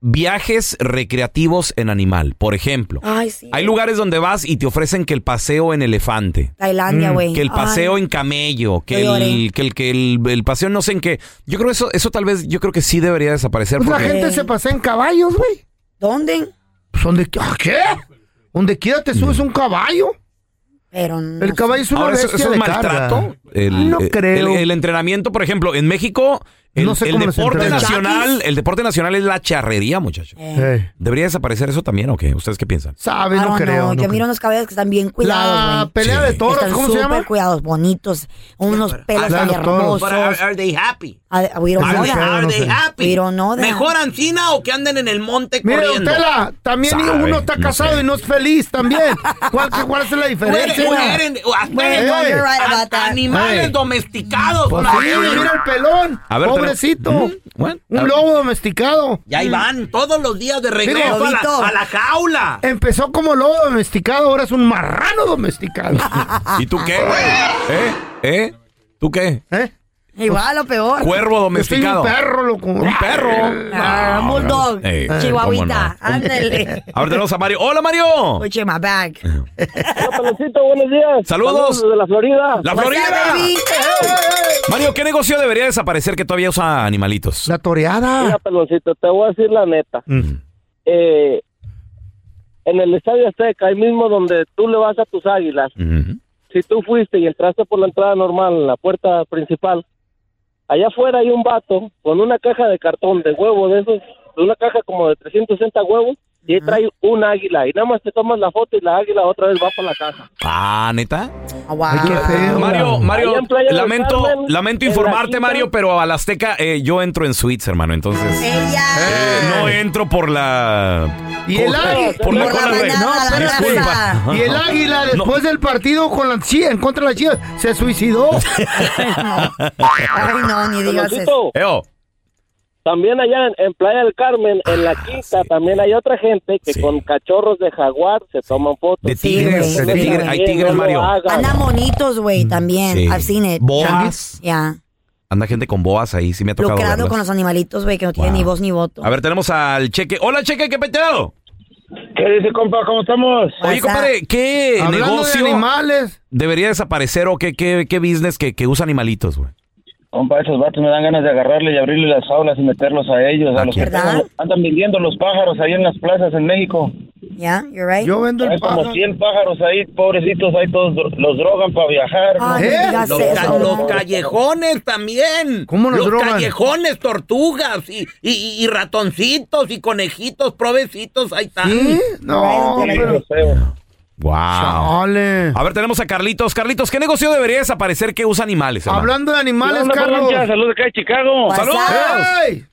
[SPEAKER 7] viajes recreativos en animal, por ejemplo.
[SPEAKER 5] Ay, sí.
[SPEAKER 7] Hay lugares donde vas y te ofrecen que el paseo en elefante.
[SPEAKER 5] Tailandia,
[SPEAKER 7] Mm.
[SPEAKER 5] güey.
[SPEAKER 7] Que el
[SPEAKER 5] Ay.
[SPEAKER 7] paseo en camello, que,
[SPEAKER 5] Yo
[SPEAKER 7] el,
[SPEAKER 5] lloré.
[SPEAKER 7] que, el, que el, el paseo no sé en qué. Yo creo eso, eso tal vez, yo creo que sí debería desaparecer.
[SPEAKER 6] Pues la
[SPEAKER 7] porque-
[SPEAKER 6] gente se pasea en caballos, güey.
[SPEAKER 5] ¿Dónde?
[SPEAKER 6] Pues donde, ah, ¿qué? Donde quiera te subes un caballo.
[SPEAKER 5] Pero
[SPEAKER 6] El caballo es una
[SPEAKER 7] Ahora, ¿eso-
[SPEAKER 6] bestia
[SPEAKER 7] eso es
[SPEAKER 6] de
[SPEAKER 7] maltrato?
[SPEAKER 6] carga.
[SPEAKER 7] El,
[SPEAKER 6] no
[SPEAKER 7] eh,
[SPEAKER 6] creo.
[SPEAKER 7] El, el entrenamiento, por ejemplo, en México, el,
[SPEAKER 6] No sé
[SPEAKER 7] el
[SPEAKER 6] cómo les
[SPEAKER 7] deporte
[SPEAKER 6] entrenan.
[SPEAKER 7] nacional, el deporte nacional es la charrería, muchachos.
[SPEAKER 6] Eh.
[SPEAKER 7] ¿Debería desaparecer eso también o qué? ¿Ustedes qué piensan?
[SPEAKER 6] Sabe,
[SPEAKER 5] I
[SPEAKER 6] no
[SPEAKER 5] don't
[SPEAKER 6] creo.
[SPEAKER 5] know.
[SPEAKER 6] no
[SPEAKER 5] Ah, Yo
[SPEAKER 6] creo.
[SPEAKER 5] miro unos caballos que están bien cuidados,
[SPEAKER 6] La
[SPEAKER 5] güey.
[SPEAKER 6] pelea de toros,
[SPEAKER 5] Están
[SPEAKER 6] ¿cómo se
[SPEAKER 5] súper
[SPEAKER 6] llama?
[SPEAKER 5] cuidados, bonitos. Unos pelos
[SPEAKER 12] la
[SPEAKER 5] tan
[SPEAKER 12] de los toros.
[SPEAKER 5] hermosos.
[SPEAKER 12] But are- are they happy?
[SPEAKER 5] Ah, we don't
[SPEAKER 12] Are
[SPEAKER 5] know
[SPEAKER 12] they-
[SPEAKER 5] that.
[SPEAKER 12] are they happy?
[SPEAKER 5] We don't know that.
[SPEAKER 12] ¿Mejor ancina o que anden en el monte
[SPEAKER 6] Mire,
[SPEAKER 12] corriendo?
[SPEAKER 6] Tela, también
[SPEAKER 12] Sabe,
[SPEAKER 6] uno está
[SPEAKER 12] no
[SPEAKER 6] casado
[SPEAKER 12] sé.
[SPEAKER 6] y no es feliz también. ¿Cuál, cuál es la diferencia?
[SPEAKER 12] Mujeres- mujeres-
[SPEAKER 6] Bueno,
[SPEAKER 12] mujeres-
[SPEAKER 6] you're right
[SPEAKER 12] a-
[SPEAKER 6] about that.
[SPEAKER 12] Animales
[SPEAKER 6] Hey.
[SPEAKER 12] domesticados.
[SPEAKER 6] Pues sí,
[SPEAKER 12] marido.
[SPEAKER 6] mira el pelón.
[SPEAKER 12] A ver,
[SPEAKER 6] Pobrecito.
[SPEAKER 12] tenemos- Ujú,
[SPEAKER 6] un lobo domesticado.
[SPEAKER 12] Y ahí van todos los días de regreso a
[SPEAKER 6] Lobito.
[SPEAKER 12] la, a la jaula.
[SPEAKER 6] Empezó como lobo domesticado, ahora es un marrano domesticado.
[SPEAKER 7] ¿Y tú qué? ¿Eh? ¿Eh? ¿Tú qué?
[SPEAKER 6] ¿Eh?
[SPEAKER 5] Igual o peor.
[SPEAKER 7] Cuervo domesticado.
[SPEAKER 6] Yo soy un perro, Eh, loco.
[SPEAKER 7] Un perro.
[SPEAKER 5] Ah,
[SPEAKER 7] No,
[SPEAKER 5] bulldog.
[SPEAKER 7] no. Ey,
[SPEAKER 5] Chihuahuita.
[SPEAKER 7] Eh, cómo no.
[SPEAKER 5] Ándale.
[SPEAKER 7] Ahora tenemos a Mario. ¡Hola, Mario!
[SPEAKER 5] Put you in my bag.
[SPEAKER 15] buenos días.
[SPEAKER 7] Saludos.
[SPEAKER 15] de la Florida.
[SPEAKER 7] ¡La Florida! Mario, ¿qué negocio debería desaparecer que todavía usa animalitos? Mm.
[SPEAKER 6] La toreada.
[SPEAKER 15] Mira, peloncito, te voy a decir la neta. Eh, en el Estadio Azteca, ahí mismo donde tú le vas a tus águilas, si tú fuiste y entraste por la entrada normal, la puerta principal, allá afuera hay un vato con una caja de cartón de huevo de esos, de una caja como de 360 huevos, y ahí trae un águila. Y nada más te tomas la foto y la águila otra vez va para la caja.
[SPEAKER 7] Ah, ¿neta?
[SPEAKER 6] Ah,
[SPEAKER 5] Ay, qué feo.
[SPEAKER 7] Mario, Mario,
[SPEAKER 15] Allá en Playa del
[SPEAKER 7] lamento,
[SPEAKER 15] Carmen,
[SPEAKER 7] lamento
[SPEAKER 15] en la
[SPEAKER 7] informarte,
[SPEAKER 15] quinta.
[SPEAKER 7] Mario, pero a la Azteca eh, yo entro en suites, hermano, entonces... eh, no entro por la...
[SPEAKER 6] Y el
[SPEAKER 7] por-
[SPEAKER 6] águila.
[SPEAKER 7] Por la cola de...
[SPEAKER 6] No, disculpa. Y el águila, después del partido con la chía, en contra de la chía, se suicidó.
[SPEAKER 5] Ay, no, ni digas
[SPEAKER 15] Peloncito, También allá en, en Playa del Carmen, en
[SPEAKER 7] Ah,
[SPEAKER 15] la quinta, también hay otra gente que con cachorros de jaguar se toman fotos.
[SPEAKER 7] De tigres, de tigres, hay tigres, Mario.
[SPEAKER 5] Andan bonitos, güey, también.
[SPEAKER 7] Mm, Sí.
[SPEAKER 5] I've seen it.
[SPEAKER 7] Boas.
[SPEAKER 5] Ya. Yeah.
[SPEAKER 7] Anda gente con boas ahí, sí me ha tocado
[SPEAKER 5] Lucrando
[SPEAKER 7] verlas.
[SPEAKER 5] con los animalitos, güey, que no tienen ni voz ni voto.
[SPEAKER 7] A ver, tenemos al Cheque. Hola, Cheque, ¿qué peteo?
[SPEAKER 15] ¿Qué dice, compa? ¿Cómo estamos?
[SPEAKER 7] Oye, compadre, ¿qué
[SPEAKER 6] Hablando de
[SPEAKER 7] negocio
[SPEAKER 6] animales.
[SPEAKER 7] debería desaparecer o qué, qué, qué business que, que usa animalitos, güey?
[SPEAKER 8] Compa, esos vatos me dan ganas de agarrarle y abrirle las jaulas y meterlos a ellos, a los que andan, andan vendiendo los pájaros ahí en las plazas en México.
[SPEAKER 5] Yeah, you're right.
[SPEAKER 8] Hay como 100 pájaros ahí, pobrecitos, ahí todos dro- los drogan para viajar.
[SPEAKER 7] Ah,
[SPEAKER 5] Ay,
[SPEAKER 8] ¿Eh?
[SPEAKER 5] digas
[SPEAKER 8] Los-
[SPEAKER 5] eso.
[SPEAKER 8] los-
[SPEAKER 12] Callejones también.
[SPEAKER 8] ¿Cómo nos
[SPEAKER 12] Los
[SPEAKER 8] drogan?
[SPEAKER 12] callejones, tortugas y, y- y ratoncitos y conejitos, provecitos, ahí están.
[SPEAKER 6] No, pero...
[SPEAKER 7] Wow. A ver, tenemos a Carlitos. Carlitos, ¿qué negocio debería desaparecer que usa animales? hermano?
[SPEAKER 6] Hablando de animales,
[SPEAKER 8] ¿Qué onda,
[SPEAKER 6] Carlos.
[SPEAKER 8] Palencia? Saludos acá de Chicago.
[SPEAKER 6] ¡Saludos! ¡Ey!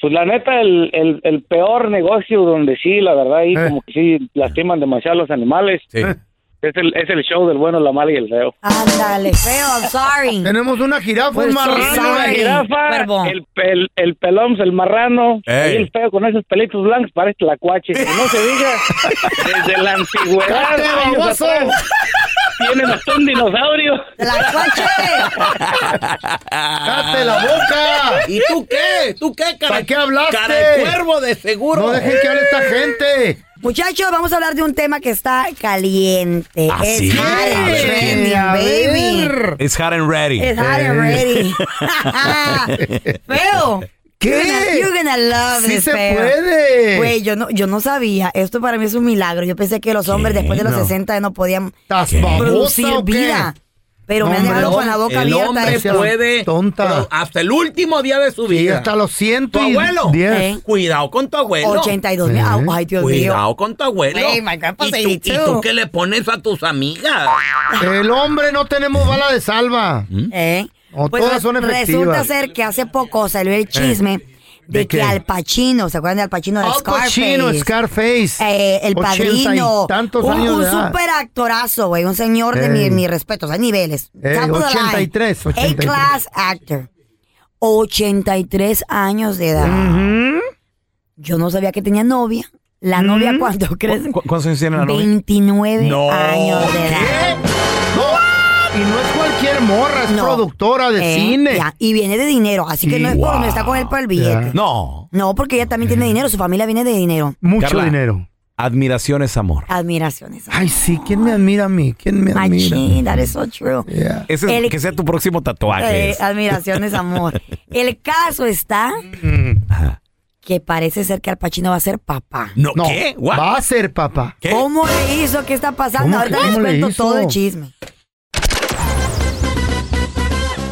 [SPEAKER 8] Pues la neta, el, el, el peor negocio donde sí, la verdad, ahí
[SPEAKER 5] Eh.
[SPEAKER 8] como que sí lastiman demasiado a los animales. Es el, es el show del bueno, la mala y el feo.
[SPEAKER 5] Ándale, feo, I'm sorry.
[SPEAKER 6] Tenemos una jirafa,
[SPEAKER 12] Pues
[SPEAKER 5] We're
[SPEAKER 6] un
[SPEAKER 5] so
[SPEAKER 6] marrano, una
[SPEAKER 5] sorry,
[SPEAKER 6] jirafa.
[SPEAKER 5] cuervo.
[SPEAKER 8] El, pel- el pelón, el marrano,
[SPEAKER 7] Ey.
[SPEAKER 8] y el feo con esos pelitos blancos parece tlacuache. Que no se diga, desde la antigüedad,
[SPEAKER 6] ¡Cállate,
[SPEAKER 8] años
[SPEAKER 6] baboso!
[SPEAKER 8] atrás, tienen hasta un dinosaurio.
[SPEAKER 6] ¡Cállate la boca!
[SPEAKER 12] ¿Y tú qué? ¿Tú qué, cara?
[SPEAKER 6] ¿Para qué hablaste?
[SPEAKER 12] Cara de cuervo, de seguro.
[SPEAKER 6] No dejen que hable esta gente.
[SPEAKER 5] Muchachos, vamos a hablar de un tema que está caliente.
[SPEAKER 7] ¿Ah,
[SPEAKER 5] es
[SPEAKER 7] sí?
[SPEAKER 5] hot and
[SPEAKER 7] A ver,
[SPEAKER 5] trending,
[SPEAKER 7] a
[SPEAKER 5] baby.
[SPEAKER 7] Es hard and ready.
[SPEAKER 5] It's hot and ready. Feo. You're gonna, you're gonna love
[SPEAKER 6] Sí
[SPEAKER 5] this,
[SPEAKER 6] se
[SPEAKER 5] feo.
[SPEAKER 6] puede.
[SPEAKER 5] Güey, yo no, yo no sabía. Esto para mí es un milagro. Yo pensé que los hombres después de los
[SPEAKER 6] No.
[SPEAKER 5] 60 no podían
[SPEAKER 6] babosa
[SPEAKER 5] producir
[SPEAKER 6] o qué?
[SPEAKER 5] vida. Pero me han
[SPEAKER 6] Hombre,
[SPEAKER 5] dejado con la boca
[SPEAKER 12] el
[SPEAKER 5] abierta. eh.
[SPEAKER 12] hombre
[SPEAKER 5] esto.
[SPEAKER 12] puede pero hasta el último día de su vida.
[SPEAKER 6] hasta los
[SPEAKER 12] Tu
[SPEAKER 6] ciento y
[SPEAKER 12] abuelo.
[SPEAKER 6] diez.
[SPEAKER 12] Eh. Cuidado con tu abuelo.
[SPEAKER 5] 82 mil. Ah, Ay, Dios mío.
[SPEAKER 12] Cuidado con tu abuelo.
[SPEAKER 5] Güey, my pues grandpa's
[SPEAKER 12] ¿Y, tú, y
[SPEAKER 5] 82.
[SPEAKER 12] tú qué le pones a tus amigas?
[SPEAKER 6] El hombre no tenemos bala de salva.
[SPEAKER 5] ¿Eh?
[SPEAKER 6] O
[SPEAKER 5] Pues
[SPEAKER 6] todas
[SPEAKER 5] re-
[SPEAKER 6] son
[SPEAKER 5] Resulta
[SPEAKER 6] efectivas. Eh,
[SPEAKER 5] ser que hace poco salió el chisme de,
[SPEAKER 6] ¿De
[SPEAKER 5] que
[SPEAKER 6] qué?
[SPEAKER 5] Al Pacino, ¿se acuerdan de Al Pacino de
[SPEAKER 6] Al
[SPEAKER 5] Scarface?
[SPEAKER 6] Pacino, Scarface.
[SPEAKER 5] Eh, el
[SPEAKER 6] Ochenta y
[SPEAKER 5] padrino.
[SPEAKER 6] tantos
[SPEAKER 5] un,
[SPEAKER 6] años
[SPEAKER 5] un
[SPEAKER 6] de edad. Eh.
[SPEAKER 5] super actorazo, güey. Un señor de mi,
[SPEAKER 6] Ey.
[SPEAKER 5] mi respeto. O sea, niveles.
[SPEAKER 6] Ey,
[SPEAKER 5] Top of the line.
[SPEAKER 6] 83, 83.
[SPEAKER 5] A-class actor. 83 años de edad. Yo no sabía que tenía novia. La novia, ¿cuánto crees?
[SPEAKER 7] ¿Cu- ¿Cuántos años tiene la novia?
[SPEAKER 5] 29
[SPEAKER 7] No.
[SPEAKER 5] años de edad.
[SPEAKER 6] No, y no es cualquier morra, es productora de
[SPEAKER 5] Eh,
[SPEAKER 6] cine.
[SPEAKER 5] ya, Y viene de dinero, así que
[SPEAKER 6] Sí.
[SPEAKER 5] no es por
[SPEAKER 6] Wow.
[SPEAKER 5] no está con él por el billete.
[SPEAKER 7] No.
[SPEAKER 5] No, porque ella también tiene dinero, su familia viene de dinero.
[SPEAKER 6] Eh. Mucho
[SPEAKER 7] Carla,
[SPEAKER 6] dinero.
[SPEAKER 7] Admiración es amor.
[SPEAKER 5] Admiraciones.
[SPEAKER 6] Ay, sí, ¿quién me admira a mí? ¿Quién me admira?
[SPEAKER 5] Machín, that is so true.
[SPEAKER 7] Ese es-
[SPEAKER 5] El-
[SPEAKER 7] que sea tu próximo tatuaje.
[SPEAKER 5] Eh, admiraciones, amor. El caso está
[SPEAKER 6] Mm.
[SPEAKER 5] que parece ser que Al Pacino va a ser papá.
[SPEAKER 7] No,
[SPEAKER 6] no, Va a ser papá.
[SPEAKER 5] ¿Cómo le hizo? ¿Qué está pasando?
[SPEAKER 6] ¿Cómo
[SPEAKER 5] Ahorita
[SPEAKER 6] que
[SPEAKER 5] les
[SPEAKER 6] cómo le
[SPEAKER 5] cuento
[SPEAKER 6] hizo?
[SPEAKER 5] todo el chisme.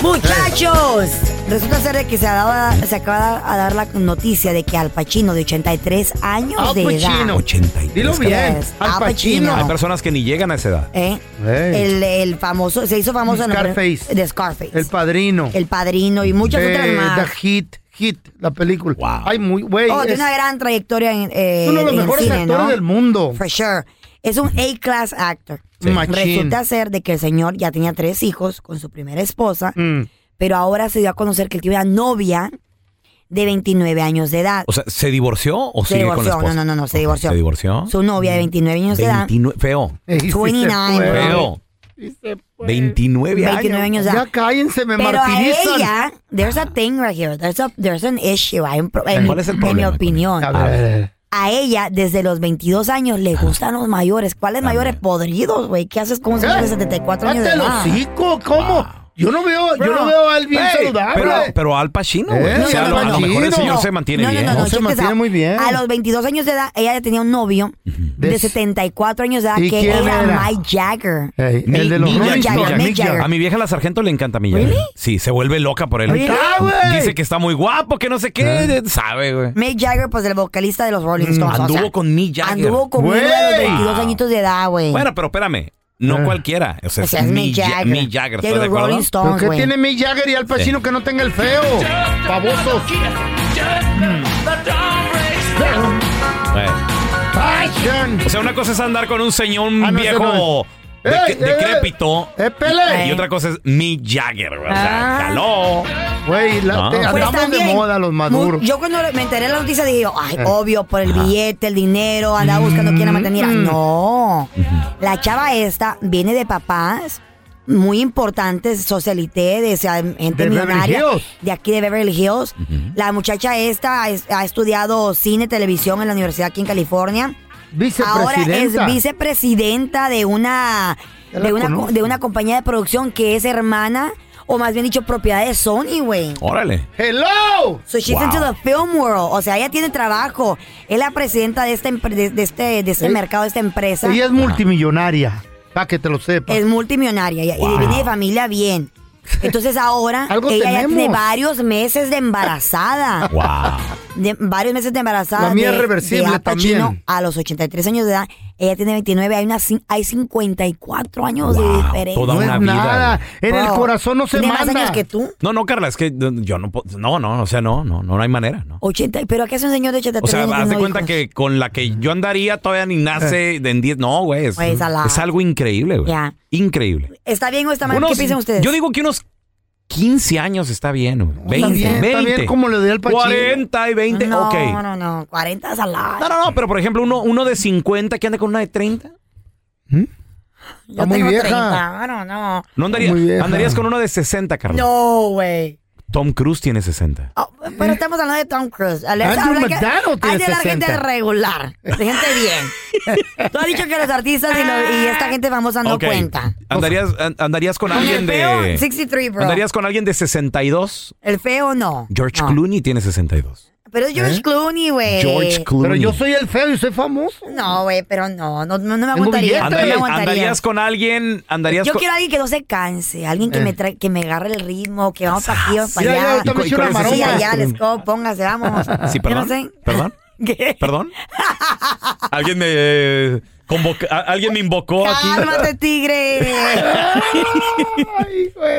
[SPEAKER 5] Muchachos, resulta ser de que se, ha dado- se acaba de dar la noticia de que Al Pacino, de 83 años
[SPEAKER 6] Al
[SPEAKER 5] de edad.
[SPEAKER 6] Pacino.
[SPEAKER 7] 83.
[SPEAKER 6] Dilo bien.
[SPEAKER 5] ¿Crees?
[SPEAKER 6] Al
[SPEAKER 5] Al
[SPEAKER 6] Pacino.
[SPEAKER 5] Pacino.
[SPEAKER 7] Hay personas que ni llegan a esa edad.
[SPEAKER 5] ¿eh? El, el famoso, se hizo famoso en
[SPEAKER 6] Scarface.
[SPEAKER 5] los, de Scarface.
[SPEAKER 6] El padrino.
[SPEAKER 5] El Padrino y muchas
[SPEAKER 6] Eh,
[SPEAKER 5] otras más.
[SPEAKER 6] The Hit, Hit, la película. Ay, muy, güey.
[SPEAKER 5] Oh, tiene
[SPEAKER 6] es
[SPEAKER 5] una gran trayectoria en, eh,
[SPEAKER 6] es uno de los
[SPEAKER 5] en
[SPEAKER 6] mejores
[SPEAKER 5] cine,
[SPEAKER 6] actores
[SPEAKER 5] ¿no?
[SPEAKER 6] del mundo.
[SPEAKER 5] For sure. Es un A-class actor.
[SPEAKER 6] Sí. Machín.
[SPEAKER 5] Resulta ser de que el señor ya tenía
[SPEAKER 6] Mm.
[SPEAKER 5] tres hijos con su primera esposa, pero ahora se dio a conocer que él tiene una novia de 29 años de edad.
[SPEAKER 7] O sea, ¿se divorció o
[SPEAKER 5] se
[SPEAKER 7] sigue
[SPEAKER 5] divorció,
[SPEAKER 7] con la esposa?
[SPEAKER 5] no, no, no, no, se divorció.
[SPEAKER 7] ¿Se divorció?
[SPEAKER 5] Su novia de 29 años de edad.
[SPEAKER 7] 29 feo. ¿eh?
[SPEAKER 5] 29.
[SPEAKER 7] Feo. 29 años.
[SPEAKER 5] 29 años ya.
[SPEAKER 6] Ya cállense, me
[SPEAKER 5] Pero
[SPEAKER 6] martirizan.
[SPEAKER 5] a ella, there's a thing right here. There's, a, there's an issue. Hay un pro- en,
[SPEAKER 6] ¿Cuál es el
[SPEAKER 5] en
[SPEAKER 6] problema
[SPEAKER 5] mi
[SPEAKER 6] con
[SPEAKER 5] opinión.
[SPEAKER 6] A ver.
[SPEAKER 5] A ella, desde los 22 años, le gustan los mayores. ¿Cuáles mayores podridos, güey? ¿Qué haces con un señor de 74 años de
[SPEAKER 6] ¡Date Eh, el
[SPEAKER 5] edad?
[SPEAKER 6] hocico! ¿Cómo? Yo no veo, yo
[SPEAKER 5] Bro.
[SPEAKER 6] no veo a él bien
[SPEAKER 5] Ey,
[SPEAKER 6] saludable.
[SPEAKER 7] Pero, pero Al Pacino, güey.
[SPEAKER 6] Eh,
[SPEAKER 7] o sea,
[SPEAKER 6] no,
[SPEAKER 7] a lo- a,
[SPEAKER 6] no,
[SPEAKER 7] lo mejor el
[SPEAKER 6] no.
[SPEAKER 7] señor se mantiene
[SPEAKER 6] No, no,
[SPEAKER 7] bien.
[SPEAKER 6] no, no, Se
[SPEAKER 5] Check this
[SPEAKER 6] mantiene
[SPEAKER 5] out.
[SPEAKER 6] muy bien.
[SPEAKER 5] A los 22 años de edad, ella ya tenía un novio de 74 años de edad
[SPEAKER 6] ¿Y
[SPEAKER 5] que
[SPEAKER 6] quién
[SPEAKER 5] era,
[SPEAKER 6] era?
[SPEAKER 5] Mike Jagger.
[SPEAKER 7] Mi-
[SPEAKER 6] el de los
[SPEAKER 7] Mick
[SPEAKER 6] Rolling
[SPEAKER 7] Jagger,
[SPEAKER 6] Stones.
[SPEAKER 7] Mick Jagger. A mi vieja la sargento le encanta Mick Jagger. Sí, se vuelve loca por él.
[SPEAKER 5] Ahí
[SPEAKER 6] Ah,
[SPEAKER 5] está, güey.
[SPEAKER 7] Dice que está muy guapo, que no sé qué, sabe, güey.
[SPEAKER 5] Mick Jagger, pues el vocalista de los Rolling
[SPEAKER 7] Mm,
[SPEAKER 5] Stones. o
[SPEAKER 7] anduvo
[SPEAKER 5] sea,
[SPEAKER 7] con Mick Jagger.
[SPEAKER 5] Anduvo con uno de los
[SPEAKER 7] Güey.
[SPEAKER 5] 22
[SPEAKER 7] Wow.
[SPEAKER 5] añitos de edad, Ah, güey.
[SPEAKER 7] Bueno, pero espérame, no
[SPEAKER 6] Ah.
[SPEAKER 7] cualquiera. O sea,
[SPEAKER 5] O sea,
[SPEAKER 7] es
[SPEAKER 5] es
[SPEAKER 7] Mick
[SPEAKER 5] Mick
[SPEAKER 7] Ja-
[SPEAKER 5] Jagger.
[SPEAKER 7] Mick Jagger,
[SPEAKER 5] De
[SPEAKER 7] ¿estás de
[SPEAKER 5] los
[SPEAKER 7] acuerdo?
[SPEAKER 5] Rolling
[SPEAKER 6] ¿Pero qué
[SPEAKER 5] güey.
[SPEAKER 6] tiene Mick Jagger y Al Pacino que no tenga el feo? ¡Babosos!
[SPEAKER 7] O sea, una cosa es andar con un señor, un
[SPEAKER 6] Ah, no, ese
[SPEAKER 7] viejo de-
[SPEAKER 6] no es. ¡Ey, ey, Eh,
[SPEAKER 7] decrépito.
[SPEAKER 6] ey! ¡Épele!
[SPEAKER 7] Y otra cosa es Mick Jagger, güey. O sea,
[SPEAKER 5] Ah.
[SPEAKER 7] jaló.
[SPEAKER 6] Güey, la- te-
[SPEAKER 7] Ah.
[SPEAKER 5] Pues
[SPEAKER 6] andamos de
[SPEAKER 5] también,
[SPEAKER 6] moda los maduros.
[SPEAKER 5] mu- Yo cuando me enteré de la noticia dije, yo, ay,
[SPEAKER 6] Eh.
[SPEAKER 5] obvio, por el
[SPEAKER 6] Ajá.
[SPEAKER 5] billete, el dinero, andaba
[SPEAKER 7] Mm.
[SPEAKER 5] buscando quién la mantenía. No. La chava esta viene de papás muy importantes, socialité, de o sea, gente
[SPEAKER 6] De Beverly
[SPEAKER 5] millonaria.
[SPEAKER 6] Hills.
[SPEAKER 5] De aquí de Beverly Hills. La muchacha esta es- ha estudiado cine, televisión en la universidad aquí en California. Ahora es
[SPEAKER 6] Vicepresidenta.
[SPEAKER 5] vicepresidenta de una,
[SPEAKER 6] Ya la
[SPEAKER 5] de una, co-
[SPEAKER 6] conozco.
[SPEAKER 5] de una compañía de producción que es hermana, o más bien dicho, propiedad de Sony, güey.
[SPEAKER 7] Órale.
[SPEAKER 6] ¡Hello!
[SPEAKER 5] So she's
[SPEAKER 6] Wow.
[SPEAKER 5] into the film world. O sea, ella tiene trabajo. Es la presidenta de, esta empre- de, de este, de este
[SPEAKER 6] Eh,
[SPEAKER 5] mercado, de esta empresa.
[SPEAKER 6] Ella es multimillonaria, para que te lo sepas.
[SPEAKER 5] Es multimillonaria y-
[SPEAKER 6] Wow.
[SPEAKER 5] y viene de familia bien. Entonces ahora
[SPEAKER 6] Ah. Algo
[SPEAKER 5] ella ya
[SPEAKER 6] tenemos.
[SPEAKER 5] tiene varios meses de embarazada. De- varios meses de embarazada.
[SPEAKER 6] La mía
[SPEAKER 5] de-
[SPEAKER 6] es reversible
[SPEAKER 5] de Al Pacino
[SPEAKER 6] también.
[SPEAKER 5] A los 83 años de edad, ella tiene 29, hay, una, cin- hay 54 años de diferencia.
[SPEAKER 7] toda
[SPEAKER 6] No
[SPEAKER 7] una
[SPEAKER 6] es
[SPEAKER 7] vida,
[SPEAKER 6] nada. En el
[SPEAKER 5] Bro,
[SPEAKER 6] corazón no se
[SPEAKER 5] tiene
[SPEAKER 6] manda.
[SPEAKER 5] más años que tú.
[SPEAKER 7] No, no, Carla, es que yo no puedo. No, no, o sea, no, no, no hay manera, ¿no?
[SPEAKER 5] 80, pero aquí es un señor de 83
[SPEAKER 7] O sea,
[SPEAKER 5] años
[SPEAKER 7] haz de
[SPEAKER 5] no
[SPEAKER 7] cuenta que con la que yo andaría todavía ni
[SPEAKER 6] Eh.
[SPEAKER 7] nace de en 10. No, güey. Es,
[SPEAKER 5] Güey, es a la-
[SPEAKER 7] es algo increíble, güey.
[SPEAKER 5] Ya.
[SPEAKER 7] Increíble.
[SPEAKER 5] ¿Está bien o está mal? ¿Qué
[SPEAKER 7] Unos-
[SPEAKER 5] piensan ustedes?
[SPEAKER 7] Yo digo que unos 15 años está bien, güey. 20,
[SPEAKER 5] está bien, está
[SPEAKER 7] 20.
[SPEAKER 5] bien,
[SPEAKER 6] como le doy al Pacino.
[SPEAKER 7] 40 y 20,
[SPEAKER 5] no,
[SPEAKER 7] ok.
[SPEAKER 5] No, no, no, 40 es al lado.
[SPEAKER 7] No, no, no, pero por ejemplo, uno, uno de 50 que anda con una de 30.
[SPEAKER 5] Yo
[SPEAKER 7] muy
[SPEAKER 5] tengo
[SPEAKER 7] vieja.
[SPEAKER 5] 30, no, no.
[SPEAKER 7] No andaría,
[SPEAKER 6] Muy vieja.
[SPEAKER 7] andarías con uno de 60, Carlos.
[SPEAKER 5] No, güey.
[SPEAKER 7] Tom Cruise tiene 60.
[SPEAKER 5] Pero estamos hablando de Tom Cruise. Ale-
[SPEAKER 7] Andrew
[SPEAKER 5] habla que-
[SPEAKER 7] McDonald tiene
[SPEAKER 5] Hay de la gente
[SPEAKER 7] 60.
[SPEAKER 5] regular, de gente bien. Tú has dicho que los artistas y, lo- y esta gente famosa no
[SPEAKER 7] Ok.
[SPEAKER 5] cuenta.
[SPEAKER 7] Andarías, an- andarías con alguien de.
[SPEAKER 5] 63, bro.
[SPEAKER 7] Andarías con alguien de 62.
[SPEAKER 5] El feo no.
[SPEAKER 7] George
[SPEAKER 5] No.
[SPEAKER 7] Clooney tiene 62.
[SPEAKER 5] Pero es George
[SPEAKER 7] ¿Eh?
[SPEAKER 5] Clooney, güey.
[SPEAKER 7] George Clooney. Pero yo soy
[SPEAKER 6] el feo y soy famoso.
[SPEAKER 5] No, güey, pero no, no, no, no me aguantaría. No me
[SPEAKER 7] Andarías,
[SPEAKER 5] aguantaría.
[SPEAKER 7] andarías con alguien. Andarías
[SPEAKER 5] Yo
[SPEAKER 7] con-
[SPEAKER 5] quiero a alguien que no se canse, alguien que
[SPEAKER 7] Eh.
[SPEAKER 5] me tra- que me agarre el ritmo, que vamos para aquí, vamos para
[SPEAKER 7] Mira, ya,
[SPEAKER 5] allá.
[SPEAKER 7] yo también soy una
[SPEAKER 5] Sí,
[SPEAKER 7] maroma.
[SPEAKER 5] allá, let's go, póngase, vamos.
[SPEAKER 7] Sí,
[SPEAKER 5] Yo no
[SPEAKER 7] perdón.
[SPEAKER 5] sé.
[SPEAKER 7] Perdón.
[SPEAKER 5] ¿Qué?
[SPEAKER 7] Perdón. Alguien me. eh, convoca- a- alguien me invocó Oh, aquí.
[SPEAKER 5] ¡Cálmate, tigre!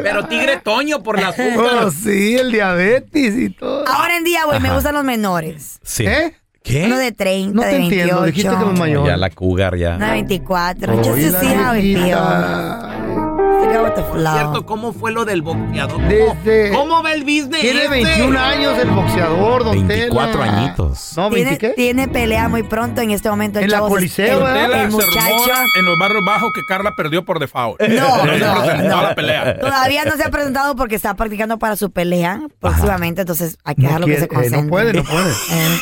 [SPEAKER 12] Pero tigre toño por la azúcar.
[SPEAKER 6] Oh, sí, el diabetes y todo.
[SPEAKER 5] Ahora en día, güey, me
[SPEAKER 7] Ajá.
[SPEAKER 5] gustan los menores.
[SPEAKER 7] Sí.
[SPEAKER 6] ¿Eh?
[SPEAKER 7] ¿Qué?
[SPEAKER 5] Uno de 30,
[SPEAKER 6] No
[SPEAKER 5] de
[SPEAKER 6] te entiendo,
[SPEAKER 5] 28.
[SPEAKER 6] dijiste que me mayor.
[SPEAKER 7] Ya la cougar, ya.
[SPEAKER 5] Uno de 24. Just
[SPEAKER 6] Oye,
[SPEAKER 5] to
[SPEAKER 6] la
[SPEAKER 5] see how it feels. Look at what the
[SPEAKER 12] Por
[SPEAKER 5] flow.
[SPEAKER 12] cierto, ¿cómo fue lo del boxeador?
[SPEAKER 6] Desde-
[SPEAKER 12] ¿Cómo va el business?
[SPEAKER 6] Tiene
[SPEAKER 12] este?
[SPEAKER 6] 21 años el boxeador, don
[SPEAKER 7] 24
[SPEAKER 6] Tela.
[SPEAKER 7] añitos.
[SPEAKER 6] No, 20
[SPEAKER 5] Tiene,
[SPEAKER 6] qué?
[SPEAKER 5] tiene pelea muy pronto en este momento. el
[SPEAKER 6] En la
[SPEAKER 5] chavo se-
[SPEAKER 6] Coliseo,
[SPEAKER 5] el-
[SPEAKER 6] ¿verdad?
[SPEAKER 5] el
[SPEAKER 16] Tela se
[SPEAKER 5] muchacho
[SPEAKER 16] rumora en los barrios bajos que Carla perdió por default.
[SPEAKER 5] No,
[SPEAKER 16] se
[SPEAKER 5] no,
[SPEAKER 16] presentó
[SPEAKER 5] no.
[SPEAKER 16] a la pelea.
[SPEAKER 5] todavía no se ha presentado porque está practicando para su pelea próximamente. Entonces, hay que dejarlo que se
[SPEAKER 6] quiere- eh,
[SPEAKER 5] concentre.
[SPEAKER 6] no puede, no puede.
[SPEAKER 5] Eh,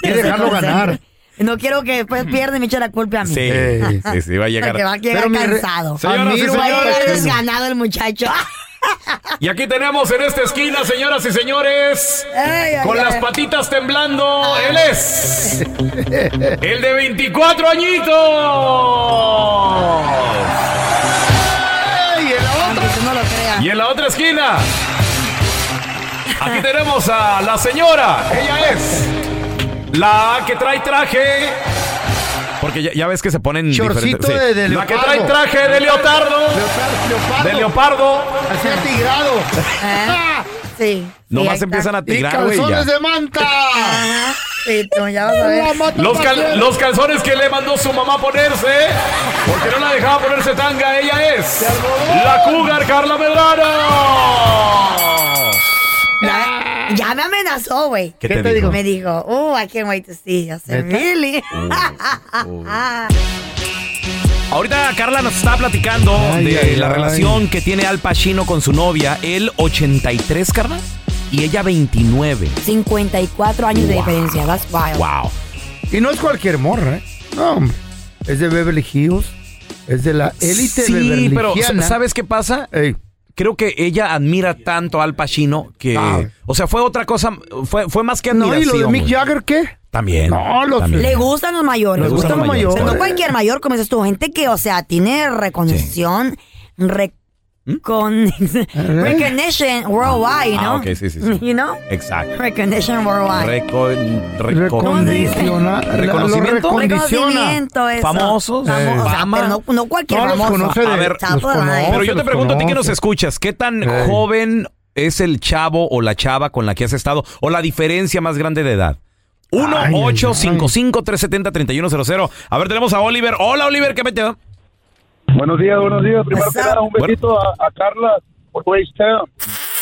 [SPEAKER 6] Quiere
[SPEAKER 5] que se
[SPEAKER 6] dejarlo
[SPEAKER 5] concentre.
[SPEAKER 6] ganar.
[SPEAKER 5] No quiero que después pierda y me eche la culpa a mí.
[SPEAKER 7] Sí, sí, sí, va a llegar.
[SPEAKER 5] Porque va a llegar
[SPEAKER 7] Pero mi re-
[SPEAKER 5] cansado.
[SPEAKER 7] Señoras y
[SPEAKER 5] Admiro- va a llegar
[SPEAKER 7] señores.
[SPEAKER 5] desganado el muchacho.
[SPEAKER 7] Y aquí tenemos en esta esquina, señoras y señores,
[SPEAKER 5] Ey, ay,
[SPEAKER 7] con
[SPEAKER 5] ay.
[SPEAKER 7] las patitas temblando, él es el de 24 añitos.
[SPEAKER 5] Aunque tú no lo creas.
[SPEAKER 7] Y en la otra esquina, aquí tenemos a la señora, ella es la que trae traje. Porque ya, ya ves que se ponen
[SPEAKER 6] Chorcito
[SPEAKER 7] diferentes-
[SPEAKER 6] de, de
[SPEAKER 7] La que
[SPEAKER 6] leopardo.
[SPEAKER 7] trae traje de leotardo,
[SPEAKER 6] Leopardo, leopardo.
[SPEAKER 7] de leopardo.
[SPEAKER 6] Así atigrado.
[SPEAKER 5] Ah, Eh. Sí.
[SPEAKER 7] Nomás
[SPEAKER 5] sí, ahí
[SPEAKER 7] empiezan
[SPEAKER 5] está.
[SPEAKER 7] a tigrar, güey. ya.
[SPEAKER 6] Calzones de manta.
[SPEAKER 5] Ajá. Sí, tú ya vas a ver.
[SPEAKER 7] Los, cal- los calzones que le mandó su mamá ponerse, porque no la dejaba ponerse tanga, ella es la cougar Carla Medrano.
[SPEAKER 5] Ya, ya me han amenazó, güey.
[SPEAKER 7] ¿Qué ¿Qué te te dijo? dijo?
[SPEAKER 5] Me dijo, oh, I can't wait to see you. I said,
[SPEAKER 7] ¿Neta?
[SPEAKER 5] really?
[SPEAKER 7] Uh, Ahorita Carla nos está platicando de la relación que tiene Al Pacino con su novia, él 83, Carla, y ella 29.
[SPEAKER 5] 54 años de
[SPEAKER 7] Wow.
[SPEAKER 5] diferencia. That's wild.
[SPEAKER 7] Wow.
[SPEAKER 6] Y no es cualquier morra, ¿eh? No, hombre. Es de Beverly Hills. Es de la élite
[SPEAKER 7] Sí,
[SPEAKER 6] Beverly
[SPEAKER 7] pero sa- ¿sabes qué pasa? Creo que ella admira tanto a Al Pacino que...
[SPEAKER 6] Ah.
[SPEAKER 7] O sea, fue otra cosa, fue, fue más que
[SPEAKER 6] No,
[SPEAKER 7] admiración.
[SPEAKER 6] y lo de Mick
[SPEAKER 7] güey.
[SPEAKER 6] Jagger, ¿qué?
[SPEAKER 7] También.
[SPEAKER 6] No, los-
[SPEAKER 7] también.
[SPEAKER 5] Le gustan los mayores.
[SPEAKER 7] Le gustan los mayores.
[SPEAKER 5] O sea, no cualquier mayor, como dices tú, gente que, o sea, tiene reconexión, re- con- recognition worldwide,
[SPEAKER 7] ¿Mm? Ah,
[SPEAKER 5] ¿no?
[SPEAKER 7] ok, sí, sí, sí.
[SPEAKER 5] You know?
[SPEAKER 7] Exacto.
[SPEAKER 5] Recognition worldwide.
[SPEAKER 7] Recon-
[SPEAKER 5] ¿Cómo se dice?
[SPEAKER 7] recondiciona- reconocimiento.
[SPEAKER 5] Reconocimiento, eso.
[SPEAKER 7] Famosos.
[SPEAKER 5] Famo- o sea,
[SPEAKER 7] Fama.
[SPEAKER 5] pero no, no cualquier
[SPEAKER 6] Todos los
[SPEAKER 5] famoso.
[SPEAKER 6] conoce de-
[SPEAKER 5] A ver,
[SPEAKER 6] los
[SPEAKER 5] chapo, ay.
[SPEAKER 7] Pero yo te
[SPEAKER 6] los
[SPEAKER 7] pregunto a ti que nos
[SPEAKER 6] conoce.
[SPEAKER 7] escuchas, ¿qué tan
[SPEAKER 6] Ey.
[SPEAKER 7] joven es el chavo o la chava con la que has estado o la diferencia más grande de edad? 1-855-370-3100. A ver, tenemos a Oliver. Hola, Oliver, ¿qué metió?
[SPEAKER 17] Buenos días, buenos días. Primero que nada, un besito a, a Carla por Waystone.